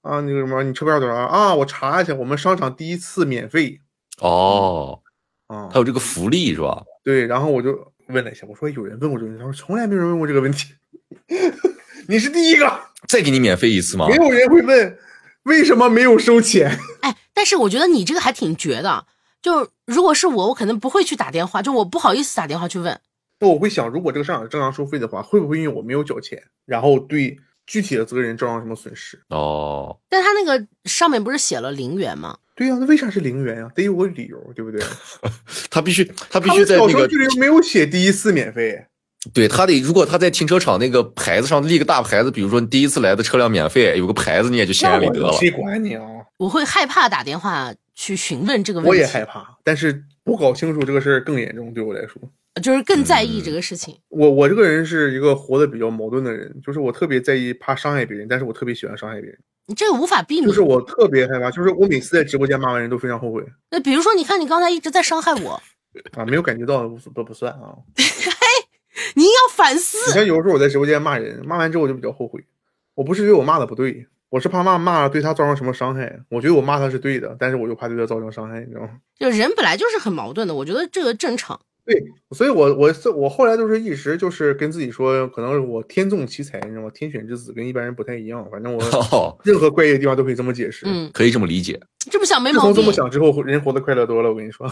C: 啊那个什么你车票多少啊啊？我查一下，我们商场第一次免费
B: 哦，
C: 啊
B: 它。有这个福利是吧？
C: 对，然后我就问了一下，我说有人问过这个问题，他说从来没有人问过这个问题， 你是第一个，
B: 再给你免费一次吗
C: 没？有人会问为什么没有收钱。
A: 哎，但是我觉得你这个还挺绝的。就如果是我，我可能不会去打电话，就我不好意思打电话去问。
C: 那我会想，如果这个商场正常收费的话，会不会因为我没有缴钱，然后对具体的责任人造成什么损失？
B: 哦，
A: 但他那个上面不是写了零元吗？
C: 对呀、那为啥是零元呀、得有个理由，对不 对？
B: 他必须他必
C: 他
B: 须
C: 们
B: 在
C: 小
B: 那
C: 程
B: 个
C: 序里没有写第一次免费，
B: 对他得，如果他在停车场那个牌子上立个大牌子，比如说你第一次来的车辆免费，有个牌子你也就心安
C: 那
B: 理
C: 我
B: 得了。
C: 谁管你啊？
A: 我会害怕打电话去询问这个问题，
C: 我也害怕，但是不搞清楚这个事儿更严重，对我来说。
A: 就是更在
C: 嗯
A: 意这个事情。
C: 我我这个人是一个活得比较矛盾的人，就是我特别在意怕伤害别人，但是我特别喜欢伤害别人，
A: 你这个无法避免。
C: 就是我特别害怕，就是我每次在直播间骂完人都非常后悔
A: 那比如说，你看你刚才一直在伤害 我，
C: 啊，没有感觉到无所不不算啊。
A: 你要反思。
C: 你像有的时候我在直播间骂人，骂完之后我就比较后悔，我不是觉得我骂的不对，我是怕骂骂了对他造成什么伤害。我觉得我骂他是对的，但是我又怕对他造成伤害，你知道吗？
A: 就人本来就是很矛盾的，我觉得这个正常。
C: 对，所以我我是我后来就是一直就是跟自己说，可能是我天纵奇才，你知道吗？天选之子跟一般人不太一样，反正我
B: 哦，
C: 任何怪异的地方都可以这么解释。
A: 嗯，
B: 可以这么理解。
A: 这么想没
C: 自
A: 毛
C: 从这
A: 病
C: 么，想之后，人活得快乐多了。我跟你 说，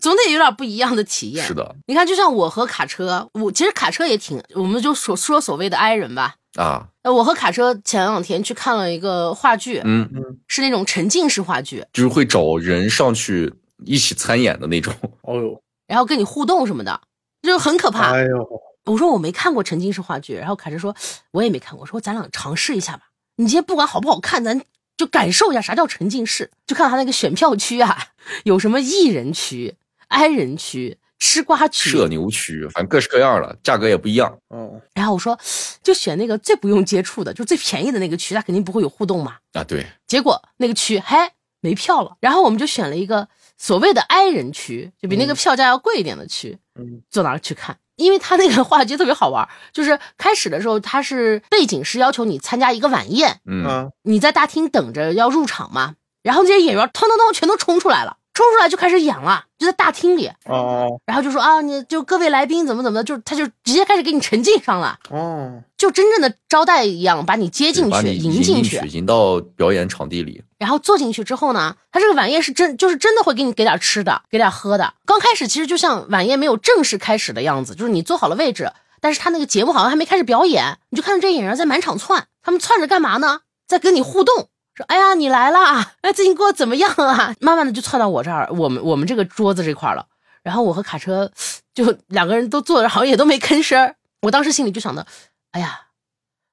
A: 总得有点不一样的体验。
B: 是的
A: 你看，就像我和卡车，我其实卡车也挺，我们就所说所谓的 i 人吧。
B: 啊，
A: 呃，我和卡车前两天去看了一个话剧，
B: 嗯，
A: 是那种沉浸式话剧，
B: 就是会找人上去一起参演的那种。
C: 哦呦，
A: 然后跟你互动什么的，就是很可怕。
C: 哎呦，
A: 我说我没看过沉浸式话剧，然后卡车说我也没看过，我说咱俩尝试一下吧。你今天不管好不好看，咱就感受一下啥叫沉浸式，就看他那个选票区啊，有什么艺人区、哀人区、吃瓜区、
B: 社牛区，反正各式各样的，价格也不一样。
C: 哦，
A: 然后我说，就选那个最不用接触的，就最便宜的那个区，它肯定不会有互动嘛。
B: 啊，对，
A: 结果那个区嘿没票了，然后我们就选了一个所谓的 i 人区，就比那个票价要贵一点的区，
C: 嗯
A: 坐那儿去看。因为他那个话剧特别好玩，就是开始的时候，他是背景是要求你参加一个晚宴，
B: 嗯，
C: 啊，
A: 你在大厅等着要入场嘛，然后这些演员通通通全都冲出来了，冲出来就开始演了，就在大厅里，
C: 哦
A: 然后就说啊，你就各位来宾怎么怎么的，就他就直接开始给你沉浸上了。
C: 哦，
A: 就真正的招待一样，把你接进
B: 把
A: 去、
B: 你
A: 迎
B: 进
A: 进
B: 去，
A: 去，
B: 引到表演场地里。
A: 然后坐进去之后呢，他这个晚宴是真，就是真的会给你给点吃的，给点喝的。刚开始其实就像晚宴没有正式开始的样子，就是你坐好了位置，但是他那个节目好像还没开始表演，你就看到这些演员在满场窜，他们窜着干嘛呢？在跟你互动。说，哎呀，你来啦！哎，最近过得怎么样啊？慢慢的就窜到我这儿，我们我们这个桌子这块儿了。然后我和卡车就两个人都坐着，好像也都没吭声儿。我当时心里就想的，哎呀，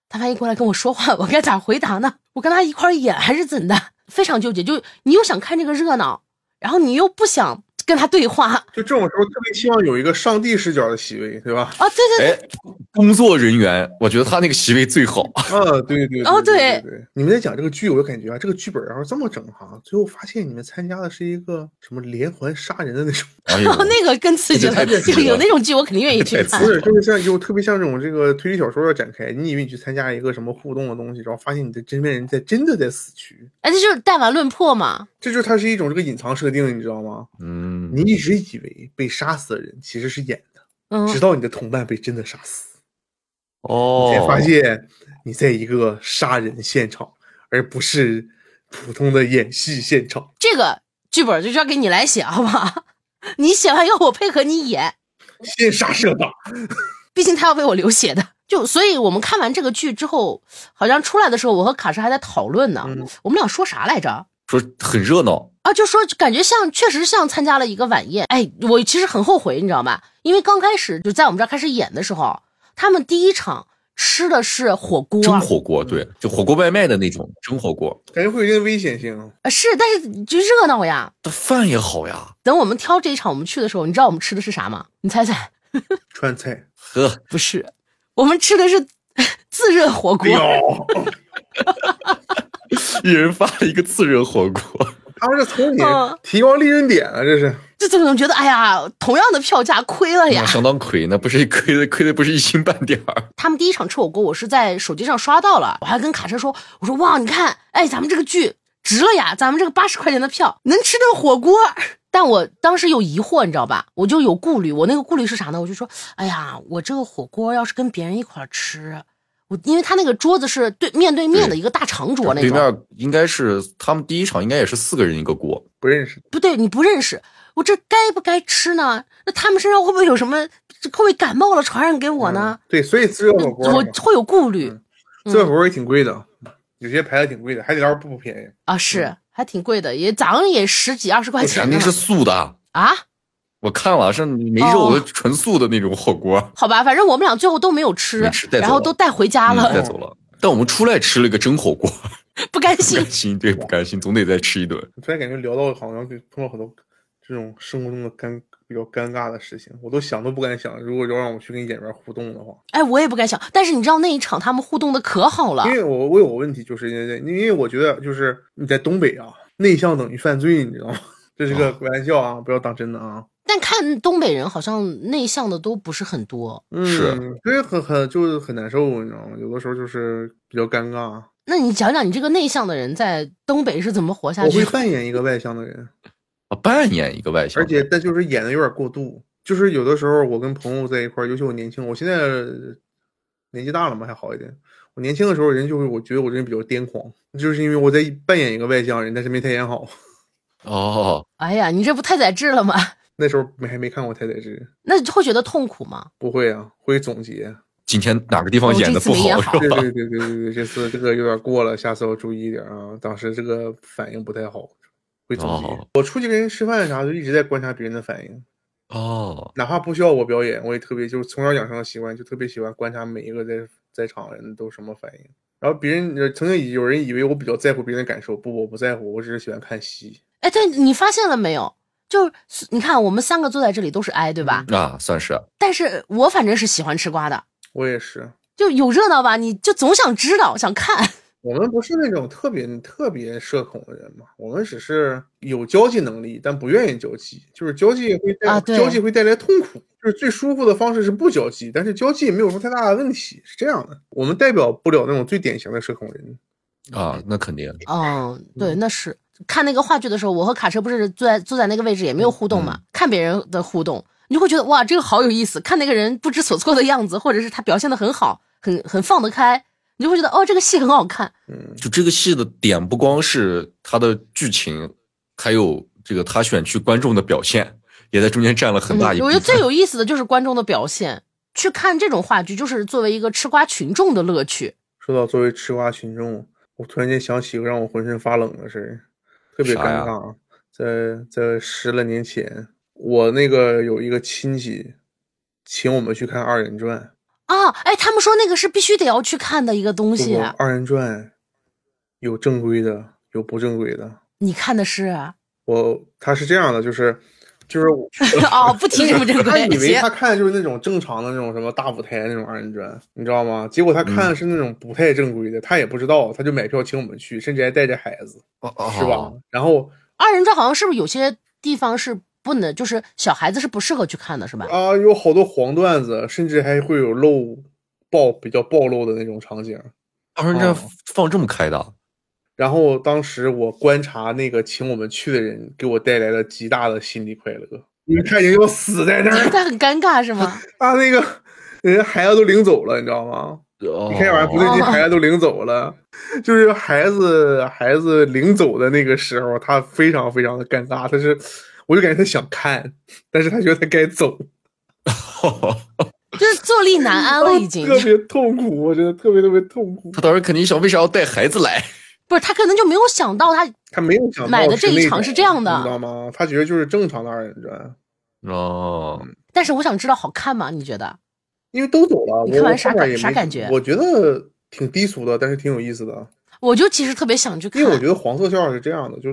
A: 他万一过来跟我说话， 我该咋回答呢？我跟他一块儿演还是怎的？非常纠结，就你又想看这个热闹，然后你又不想跟他对话啊！
C: 就这种时候特别希望有一个上帝视角的席位，对吧？
A: 对对对，
B: 哎，工作人员，我觉得他那个席位最好。
C: 啊，对对
A: 哦
C: 对
A: 对
C: 对，你们在讲这个剧，我就感觉啊，这个剧本要是这么整哈，最后发现你们参加的是一个什么连环杀人的那种，
B: 哎
A: 然
B: 呦
A: 后，哦那个更刺激了，
B: 这太刺
A: 就
B: 激了
A: 有那种剧我肯定愿意去
B: 太
A: 看
B: 刺
C: 不
B: 激。
C: 是，就是像就特别像这种这个推理小说要展开，你以为你去参加一个什么互动的东西，然后发现你的真面人在真的在死去，
A: 哎，这就是弹丸论破嘛。
C: 这就是它是一种这个隐藏设定，你知道吗？
B: 嗯，
C: 你一直以为被杀死的人其实是演的，
A: 嗯，
C: 直到你的同伴被真的杀死，
B: 哦，
C: 才发现你在一个杀人现场，而不是普通的演戏现场。
A: 这个剧本就交给你来写，好不好？ 你写完以后我配合你演，
C: 先杀设挡。
A: 毕竟他要为我流血的。就所以，我们看完这个剧之后，好像出来的时候，我和卡什还在讨论呢。
C: 嗯
A: 我们俩说啥来着？
B: 说很热闹。
A: 啊，就说感觉像，确实像参加了一个晚宴。哎，我其实很后悔，你知道吗？因为刚开始就在我们这儿开始演的时候，他们第一场吃的是火锅，
B: 蒸火锅，对，就火锅外卖的那种蒸火锅，
C: 感觉会有一定危险性。啊
A: 呃是，但是就热闹呀。
B: 但饭也好呀，
A: 等我们挑这一场我们去的时候，你知道我们吃的是啥吗？你猜猜？
C: 川菜，
B: 呵，
A: 不是， 我们吃的是 自热火锅
C: 哎。呦，
B: 一人发了一个自热火锅，
C: 他们这聪明
A: 嗯，
C: 提高利润点啊，这是。
A: 就总觉得哎呀，同样的票价亏了呀
B: 那。相当亏，那不是亏的，亏的不是一星半点儿。
A: 他们第一场吃火锅，我是在手机上刷到了，我还跟卡车说，我说哇，你看，哎，咱们这个剧值了呀，咱们这个八十块钱的票能吃顿火锅。 但我当时有疑惑，你知道吧？我就有顾虑，我那个顾虑是啥呢？我就说，哎呀，我这个火锅要是跟别人一块儿吃，我因为他那个桌子是对面对面的
B: 对
A: 一个大长桌那
B: 对
A: 种，
B: 面应该是他们第一场应该也是四个人一个锅，
C: 不认识，
A: 不对，你不认识，我这该不该吃呢？那他们身上会不会有什么？会不会感冒了传染给我呢？
C: 嗯对，所以自热火锅
A: 我
C: 嘛，
A: 会有顾虑。
C: 自热火锅也挺贵的，有些牌子挺贵的，海底捞不不便宜。
A: 啊，是还挺贵的，也早上也十几二十块钱
B: 肯
A: 呢
B: 嗯定是素的。
A: 啊。
B: 我看了是没
A: 哦
B: 肉的，纯素的那种火锅，
A: 好吧，反正我们俩最后都没有吃
B: 没吃，带走
A: 然后都带回家
B: 嗯
A: 了，
B: 带走了。但我们出来吃了一个蒸火锅，
A: 不甘
B: 不
A: 心
B: 甘。心，对，不甘心，总得再吃一顿。
C: 我突然感觉聊到好像碰到很多这种生活中的尴比较尴尬的事情，我都想都不敢想。如果要让我去跟演员互动的话，
A: 哎，我也不敢想。但是你知道那一场他们互动的可好了
C: 因，
B: 嗯
C: 为我我有个问题，就是因为因为我觉得就是你在东北啊，内向等于犯罪，你知道吗？ 这是个玩笑啊，不要当真的啊。
A: 但看东北人好像内向的都不是很多。
C: 嗯，
B: 是，
C: 所以很很就是很难受，你知道吗？有的时候就是比较尴尬。
A: 那你讲讲你这个内向的人在东北是怎么活下
C: 我
A: 去
C: 会
A: 的？
C: 扮演一个外向的人，
B: 啊，扮演一个外向
C: 而
B: 人，
C: 且但就是演的有点过度。就是有的时候我跟朋友在一块儿，尤其我年轻，我现在年纪大了嘛，还好一点。我年轻的时候，人就会我觉得我这人比较癫狂，就是因为我在扮演一个外向人，但是没太演好。
B: 哦，
A: 哎呀，你这不太宰治了吗？
C: 那时候没还没看过太宰治，
A: 那会觉得痛苦吗？
C: 不会啊，会总结。
B: 今天哪个地方
A: 哦
B: 演
A: 这
B: 的
A: 次
B: 不
A: 没演
B: 好
A: 好
B: 是
C: 对
B: 吧？
C: 对对对对对，这次这个有点过了，下次要注意一点啊。当时这个反应不太好，会总结。
B: 哦
C: 我出去跟人吃饭啥，就一直在观察别人的反应，
B: 哦，
C: 哪怕不需要我表演，我也特别就是从小养成的习惯，就特别喜欢观察每一个在在场人都什么反应。然后别人呃曾经有人以为我比较在乎别人的感受，不，我不在乎，我只是喜欢看戏。
A: 哎，对你发现了没有？就是你看，我们三个坐在这里都是 I 对吧？
B: 那啊算是
A: 但是我反正是喜欢吃瓜的，
C: 我也是，
A: 就有热闹吧，你就总想知道，想看。
C: 我们不是那种特别特别社恐的人嘛，我们只是有交际能力，但不愿意交际。就是交际会带、
A: 啊对
C: 交际会带来痛苦，就是最舒服的方式是不交际，但是交际也没有什么太大的问题，是这样的。我们代表不了那种最典型的社恐人，
B: 啊，那肯定
A: 嗯， 对，那是看那个话剧的时候，我和卡车不是坐在坐在那个位置也没有互动嘛，看别人的互动，你就会觉得哇，这个好有意思。看那个人不知所措的样子，或者是他表现的很好，很很放得开，你就会觉得哦，这个戏很好看。
C: 嗯，
B: 就这个戏的点不光是它的剧情，还有这个他选取观众的表现，也在中间占了很大一
A: 嗯
B: 部
A: 我
B: 分。
A: 觉得最有意思的就是观众的表现。去看这种话剧，就是作为一个吃瓜群众的乐趣。
C: 说到作为吃瓜群众，我突然间想起一个让我浑身发冷的事儿，特别尴
B: 啥呀
C: 尬。在在十来年前，我那个有一个亲戚请我们去看二人转，
A: 啊，哎，他们说那个是必须得要去看的一个东
C: 不
A: 西啊
C: 过，
B: 啊
C: 二人转有正规的，有不正规的。
A: 你看的是啊
C: 我他是这样的，就是就是 我
A: 哦，不提什么正
C: 他
B: 哎
A: 规，
C: 以为
A: 行
C: 他看的就是那种正常的那种什么大舞台那种二人转，你知道吗？结果他
B: 嗯
C: 看的是那种不太正规的，他也不知道，他就买票请我们去，甚至还带着孩子，
B: 哦哦
C: 是吧？然后
A: 二人转好像是不是有些地方是不能，就是小孩子是不适合去看的， 是吧？
C: 啊，有好多黄段子，甚至还会有露暴比较暴露的那种场景。
B: 二人转
C: 哦
B: 放这么开的，
C: 然后当时我观察那个请我们去的人，给我带来了极大的心理快乐，因为他已经要死在那儿 了。
A: 但很尴尬是 吗？
C: 他那个人家孩子都领走了，你知道吗？
B: 哦，
C: 你看这玩意儿不对劲，
A: 哦
C: 孩子都领走了，就是孩子孩子领走的那个时候，他非常非常的尴尬，他是，我就感觉他想看，但是他觉得他该走，
A: 就是坐立难安了，已经。
C: 哦 特别痛苦，我觉得特别特别痛苦。
B: 他当时肯定想，为啥要带孩子来？
A: 不是他可能就没有想到他，
C: 他没有想到
A: 买的这一
C: 那种
A: 场是这样的
C: 你知道吗？他觉得就是正常的二人转，
B: 哦，
A: 但是我想知道好看吗？你觉得？
C: 因为都走了，
A: 你看
C: 我
A: 完
C: 我
A: 啥
C: 后面
A: 感
C: 也
A: 啥
C: 没
A: 感觉
C: 我觉得挺低俗的，但是挺有意思的。
A: 我就其实特别想去看
C: 因为，我觉得黄色笑话是这样的，就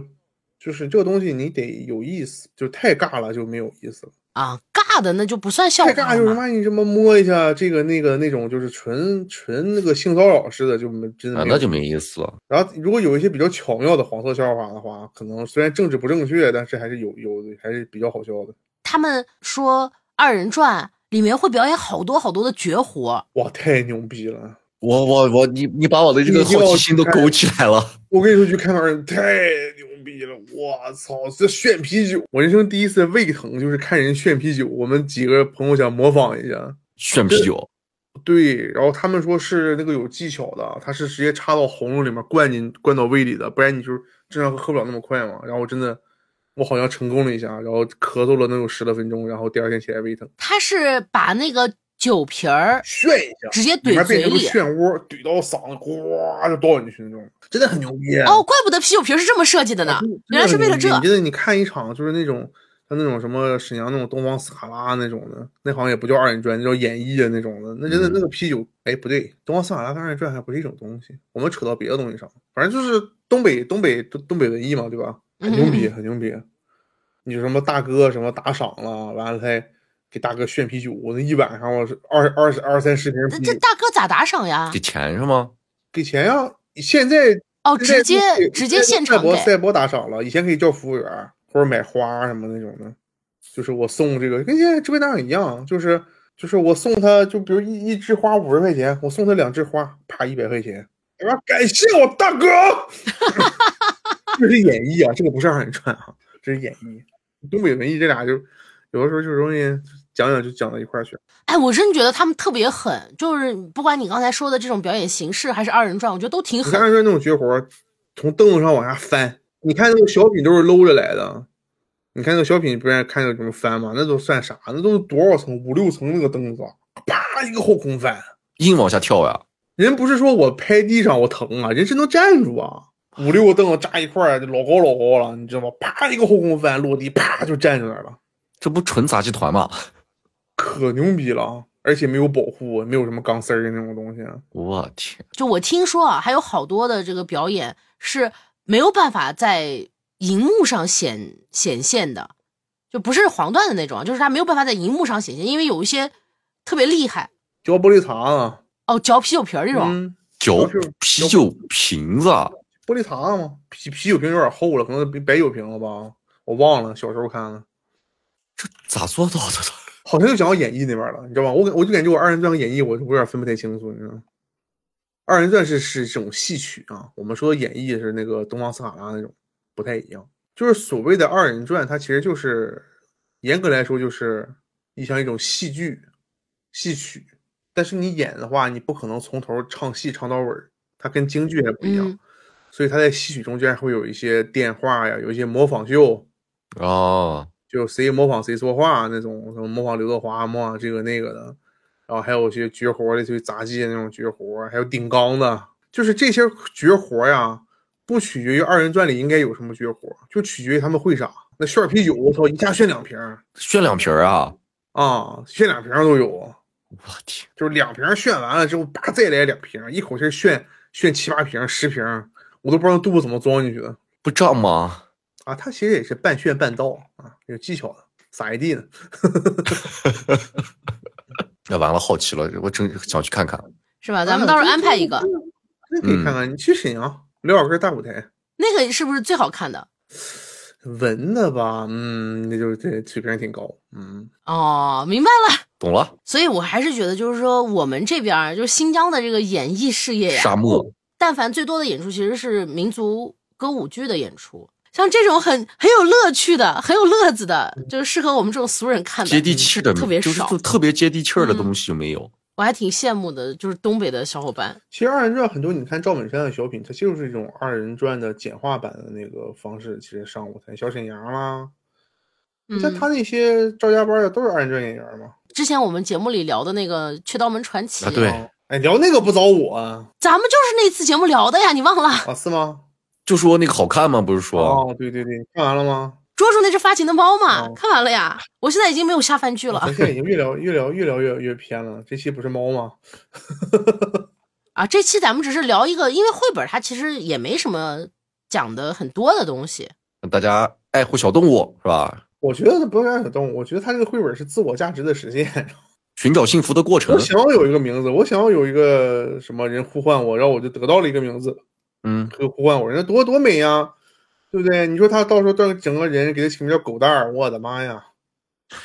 C: 就是这个东西你得有意思，就太尬了就没有意思了。
A: 啊，尬的那就不算笑
C: 太
A: 话
C: 尬就是
A: 了嘛。
C: 万一什么摸一下这个那个那种，就是纯纯那个性骚扰似的，就没真的
B: 啊，
C: 没有
B: 那就没意思了。
C: 然后如果有一些比较巧妙的黄色笑话的话，可能虽然政治不正确，但是还是有有还是比较好笑的。
A: 他们说二人转里面会表演好多好多的绝活，
C: 哇，太牛逼了！
B: 我我我，你你把我的这个
C: 你又
B: 好奇心都勾起来了。
C: 我跟你说，去看二人太牛逼了！我操，这炫啤酒，我人生第一次胃疼，就是看人炫啤酒。我们几个朋友想模仿一下，
B: 炫啤酒，
C: 对，然后他们说是那个有技巧的，他是直接插到喉咙里面灌进灌到胃里的，不然你就正常喝不了那么快嘛。然后我真的，我好像成功了一下，然后咳嗽了能有十来分钟，然后第二天起来胃疼，
A: 他是把那个酒瓶儿
C: 炫一下。
A: 直接
C: 里面
A: 怼
C: 变
A: 嘴
C: 成个
A: 里。
C: 漩涡，怼到嗓子，哗就倒进去那种，真的很牛逼。啊
A: 哦，怪不得啤酒瓶是这么设计的呢，啊原来是为了这
C: 嗯你。觉得你看一场就是那种像那种什么沈阳那种东方斯卡拉那种的，那好像也不叫二人转，那叫演绎啊那种的。那真的
B: 嗯
C: 那个啤酒，哎不对，东方斯卡拉跟二人转还不是一种东西。我们扯到别的东西上，反正就是东北东北东东北文艺嘛，对吧？很
A: 嗯
C: 牛逼，很牛逼。你什么大哥什么打赏了，完了才给大哥炫啤酒，我那一晚上我是二二十二三十瓶
A: 这
C: 啤
A: 这
C: 酒，
A: 大哥咋打赏呀
B: 给？钱是吗？
C: 给钱呀、现在
A: 哦，
C: 现
A: 直
C: 在
A: 接
C: 都可以
A: 直接现
C: 赛
A: 场
C: 博
A: 给。
C: 赛博打赏了，以前可以叫服务员儿或者买花儿什么那种的，就是我送这个跟现在支付打赏一样，就是就是我送他就比如一一枝花五十块钱，我送他两枝花，啪一百块钱，我说感谢我大哥， 这是演绎啊，这个不是二人转啊，这是演绎。东北文艺这俩就有的时候就容易讲讲就讲到一块儿去，
A: 哎，我真觉得他们特别狠，就是不管你刚才说的这种表演形式还是二人转，我觉得都挺
C: 你看
A: 狠。
C: 二人转那种绝活儿，从凳子上往下翻，你看那个小品都是搂着来的。你看那个小品，不是看有什么翻吗？那都算啥？那都多少层？五六层那个凳子，啪一个后空翻。
B: 硬往下跳呀？
C: 人不是说我拍地上我疼啊，人是能站住啊。五六个凳子扎一块儿，就老高老高了，你知道吗？啪一个后空翻落地，啪就站在那儿了，
B: 这不纯杂技团吗？
C: 可牛逼了！啊而且没有保护，没有什么钢丝儿那种东西。啊
B: 我天，
A: 就我听说啊，还有好多的这个表演是没有办法在荧幕上显显现的，就不是黄段的那种啊，就是他没有办法在荧幕上显现，因为有一些特别厉害
C: 嚼玻璃碴子，
A: 哦，嚼啤酒瓶儿这种，
C: 嗯，
B: 酒
C: 要是
B: 啤酒瓶子啊，
C: 玻璃碴子吗？啤啤酒瓶有点厚了，可能比白酒瓶了吧，我忘了，小时候看的，
B: 这咋做到的？
C: 好像就讲到演绎那边了，你知道吧？我感我就感觉我二人转和演绎，我我有点分不太清楚，你知道吗？二人转是是这种戏曲啊，我们说的演绎是那个东方斯卡拉那种，不太一样。就是所谓的二人转，它其实就是严格来说就是你像一种戏剧、戏曲，但是你演的话，你不可能从头唱戏唱到尾儿，它跟京剧还不一样。
A: 嗯
C: 所以他在戏曲中间会有一些电话呀，有一些模仿秀，
B: 哦，
C: 就谁模仿谁说话啊那种，什么模仿刘德华、啊模仿这个那个的，然后还有一些绝活，类似于杂技的那种绝活，还有顶缸的，就是这些绝活呀，不取决于二人转里应该有什么绝活，就取决于他们会啥。那炫啤酒，我操，一下炫两瓶儿
B: 炫两瓶儿啊！
C: 啊，炫两瓶儿都有，
B: 我天，
C: 就是两瓶儿炫完了之后，叭再来两瓶儿，一口气儿炫炫七八瓶儿、十瓶儿，我都不知道肚子怎么装进去的。
B: 不胀吗？
C: 啊，他其实也是半炫半盗啊，有技巧的，撒一地呢。
B: 那完了，好奇了，我真想去看看。
A: 是
C: 嗯
A: 吧？啊咱们到时候安排一个，
C: 那嗯可以看看。你去沈阳刘老根大舞台，
A: 那个是不是最好看的？
C: 文的吧，嗯，那就是这水平挺高，嗯，
A: 哦，明白了。
B: 懂了，
A: 所以我还是觉得，就是说我们这边儿就是新疆的这个演艺事业呀，
B: 沙漠
A: 但凡最多的演出其实是民族歌舞剧的演出，像这种很很有乐趣的、很有乐子的，就是适合我们这种俗人看的，嗯
B: 接地气的，
A: 特别
B: 就是
A: 少。嗯
B: 就特别接地气儿的东西就没有。
A: 我还挺羡慕的，就是东北的小伙伴。
C: 其实二人转很多，你看赵本山的小品，它就是一种二人转的简化版的那个方式。其实上舞台，小沈阳啦，
A: 嗯，
C: 像他那些赵家班的都是二人转演员嘛。
A: 之前我们节目里聊的那个《雀刀门传奇》
B: 啊对
C: 啊哎，聊那个不找我啊？
A: 咱们就是那次节目聊的呀，你忘了？
C: 啊，是吗？哦
B: 就说那个好看吗？不是说
C: 哦，对对对，看完了吗？
A: 捉住那只发情的猫嘛
C: 哦，
A: 看完了呀。我现在已经没有下饭剧了
C: 咱现在已经越聊越聊越聊越越偏了。这期不是猫吗？
A: 啊。这期咱们只是聊一个，因为绘本它其实也没什么讲的很多的东西。
B: 大家爱护小动物是吧？
C: 我觉得它不用养小动物，我觉得它这个绘本是自我价值的实现。
B: 寻找幸福的过程
C: 我，想要有一个名字，我想要有一个什么人呼唤我，然后我就得到了一个名字，
B: 嗯，
C: 和呼唤我，人家多多美呀，对不对？你说他到时候整整个人给他起名叫狗蛋儿，我的妈呀，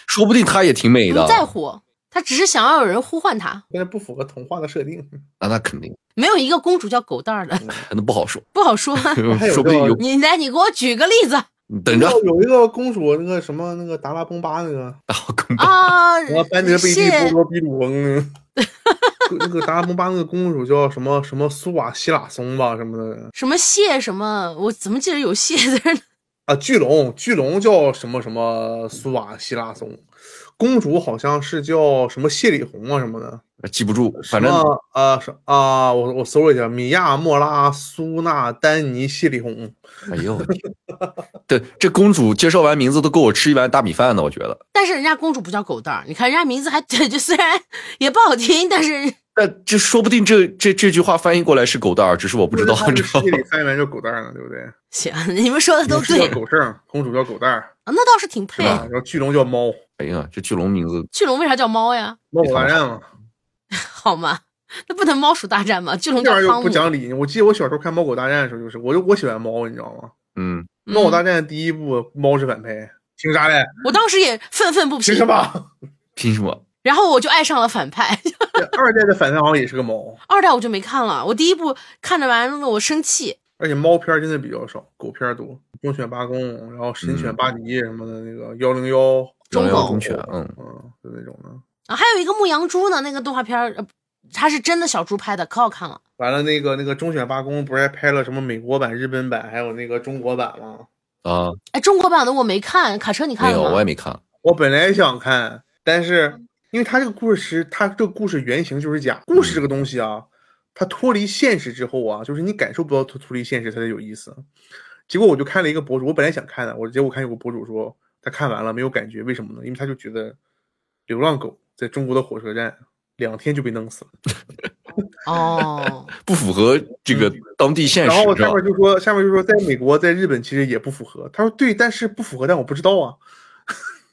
B: 说不定它也挺美
A: 不
B: 的。
A: 在乎，他只是想要有人呼唤他。
C: 现在不符合童话的设定。
B: 那啊那肯定，
A: 没有一个公主叫狗蛋儿的，
B: 那不好说，
A: 不好说。
C: 有
B: 说不定
C: 这
B: 有
A: 你来，你给我举个例子
B: 你 等着
C: 然后有一个公主，那个什么那个达拉崩巴那个，
B: 啊，更棒
A: 啊！
C: 然后班尼贝蒂波
A: 谢
C: 多比鲁翁那个那个达拉崩巴那个公主叫什么什么苏瓦希拉松吧什么的
A: 什么谢什么，我怎么记得有谢字儿呢？
C: 啊，巨龙巨龙叫什么什么苏瓦希拉松，公主好像是叫什么谢里红啊什么的。
B: 记不住，反正
C: 什么呃是啊、我我搜了一下，米亚莫拉苏纳丹尼谢里红，
B: 哎呦，我天对，这公主介绍完名字都够我吃一碗大米饭的，我觉得。
A: 但是人家公主不叫狗蛋儿，你看人家名字还对，就虽然也不好听，但是
B: 但这说不定这这这句话翻译过来是狗蛋儿，只是我不知道，
C: 他
B: 你
C: 是
B: 知道
C: 世
B: 吗
C: 界？里三元叫狗蛋儿呢，对 不对？
A: 行，你们说的都
C: 勇士叫
A: 对，啊
C: 狗剩，公主叫狗蛋儿，
A: 啊，那倒是挺配
C: 对。吧？然后巨龙叫猫，
B: 哎呀，这巨龙名字
A: 巨龙为啥叫猫呀？
C: 猫狗大战嘛，
A: 好吗？那不能猫鼠大战吗？巨龙
C: 这
A: 叫
C: 玩意儿
A: 汤
C: 就
A: 姆
C: 不。讲理。我记得我小时候看猫狗大战的时候，就是我就我喜欢猫，你知道吗？
B: 嗯，
A: 嗯
C: 猫狗大战第一部猫是反派，凭啥 嘞？
A: 我当时也愤愤不
C: 凭
A: 平
C: 什，么？
B: 凭什么？
A: 然后我就爱上了反派。
C: 这二代的反派好像也是个猫，
A: 二代我就没看了，我第一部看着完了我生气，
C: 而且猫片儿真的比较少，狗片儿多。忠犬八公，然后神
B: 嗯
C: 犬巴迪什么的，那个幺零幺，
A: 忠
B: 遥遥
A: 狗
B: 公犬，嗯，
C: 嗯，就那种的。
A: 啊，还有一个牧羊猪呢，那个动画片儿，呃它是真的小猪拍的，可好看了。
C: 完了，那个那个忠犬八公不是还拍了什么美国版、日本版，还有那个中国版吗？
B: 啊，
A: 哎，中国版的我没看，卡车你
B: 没
A: 看了
B: 有，我也
A: 吗？
B: 没看。
C: 我本来想看，但是因为他这个故事其实，他这个故事原型就是假故事这个东西啊，它脱离现实之后啊，就是你感受不到它脱离现实，它才有意思。结果我就看了一个博主，我本来想看的，我结果看有个博主说他看完了没有感觉，为什么呢？因为他就觉得流浪狗在中国的火车站两天就被弄死了。
A: 哦，
B: 不符合这个当地现
C: 嗯然
B: 实，
C: 后
B: 知
C: 下
B: 道吧
C: 面就说，下面就说，在美国，在日本其实也不符合。他说对，但是不符合，但我不知道啊，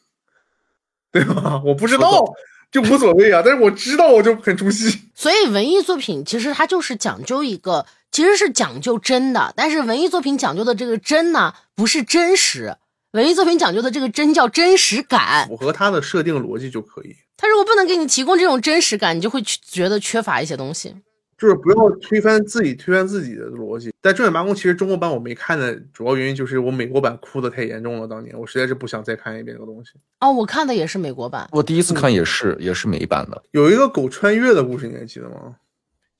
C: 对吧？我不知道
B: 说，
C: 就无所谓啊。但是我知道，我就很出戏。
A: 所以文艺作品其实它就是讲究一个，其实是讲究真的，但是文艺作品讲究的这个真呢，不是真实。文艺作品讲究的这个真叫真实感，
C: 符合他的设定逻辑就可以，
A: 它如果不能给你提供这种真实感，你就会去觉得缺乏一些东西。
C: 就是不要推翻自己，推翻自己的逻辑。但《正犬八公》其实中国版我没看的主要原因就是我美国版哭的太严重了，当年我实在是不想再看一遍这个东西。
A: 哦，我看的也是美国版，
B: 我
C: 嗯
B: 第一次看也是也是美版的，
C: 有一个狗穿越的故事，你还记得吗？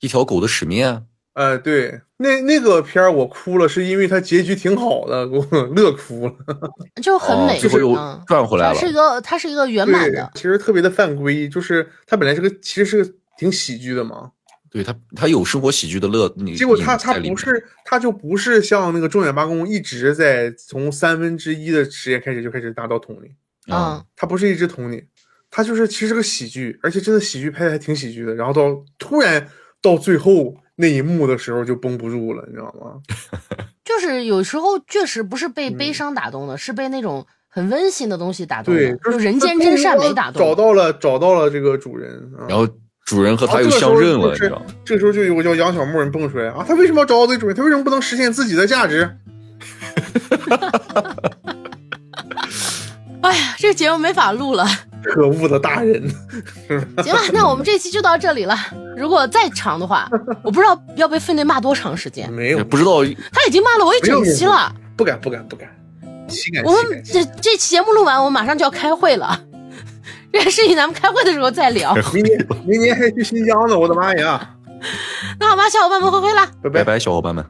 B: 一条狗的使命啊，
C: 呃，对，那那个片儿我哭了，是因为它结局挺好的，给我乐哭了。
A: 就很
B: 哦
A: 美，
B: 最后又
A: 嗯
B: 转回来
A: 它
B: 了
A: 是一个它是一个圆
C: 对，
A: 满的，
C: 其实特别的犯规，就是它本来是个其实是个挺喜剧的嘛，
B: 对它它有生活喜剧的乐，你
C: 结果它
B: 影子在
C: 它
B: 里
C: 不
B: 面
C: 是它就不是像那个重点八公一直在从三分之一的时间开始就开始拿到桶里，
A: 嗯
B: 啊，，
C: 它不是一只桶里，它就是其实是个喜剧，而且真的喜剧拍的还挺喜剧的，然后到突然到最后那一幕的时候就绷不住了，你知道吗？
A: 就是有时候确实不是被悲
C: 嗯
A: 伤打动的，是被那种很温馨的东西打动的
C: 对，，
B: 哦
A: 就是人
C: 它
A: 间
C: 终
A: 真
C: 于
A: 善美
C: 找
A: 打动。
C: 找到了找到了这个主人，啊、
B: 然后主人和
C: 然后
B: 它又
C: 这个时
B: 相
C: 候
B: 认
C: 就
B: 了，你知
C: 是
B: 道吗？
C: 这个时候就有个叫杨小木人蹦出来啊，他为什么要找到这个主人？他为什么不能实现自己的价值？
A: 哎呀，这个节目没法录 了，
C: 可恶的大人！
A: 行吧，那我们这期就到这里了。如果再长的话，我不知道要被分队骂多长时间。
C: 没有，
B: 不知道
A: 他已经骂了我一整期了，
C: 嗯不敢，不敢，不敢，岂敢，
A: 我
C: 岂敢
A: 们！这这期节目录完，我马上就要开会了， 这个事情咱们开会的时候再 聊。
C: 明年，明年还去新疆呢！我的妈呀！
A: 那好吧，小伙伴们，挥挥啦。
C: 拜拜
B: 拜。拜，小伙伴们。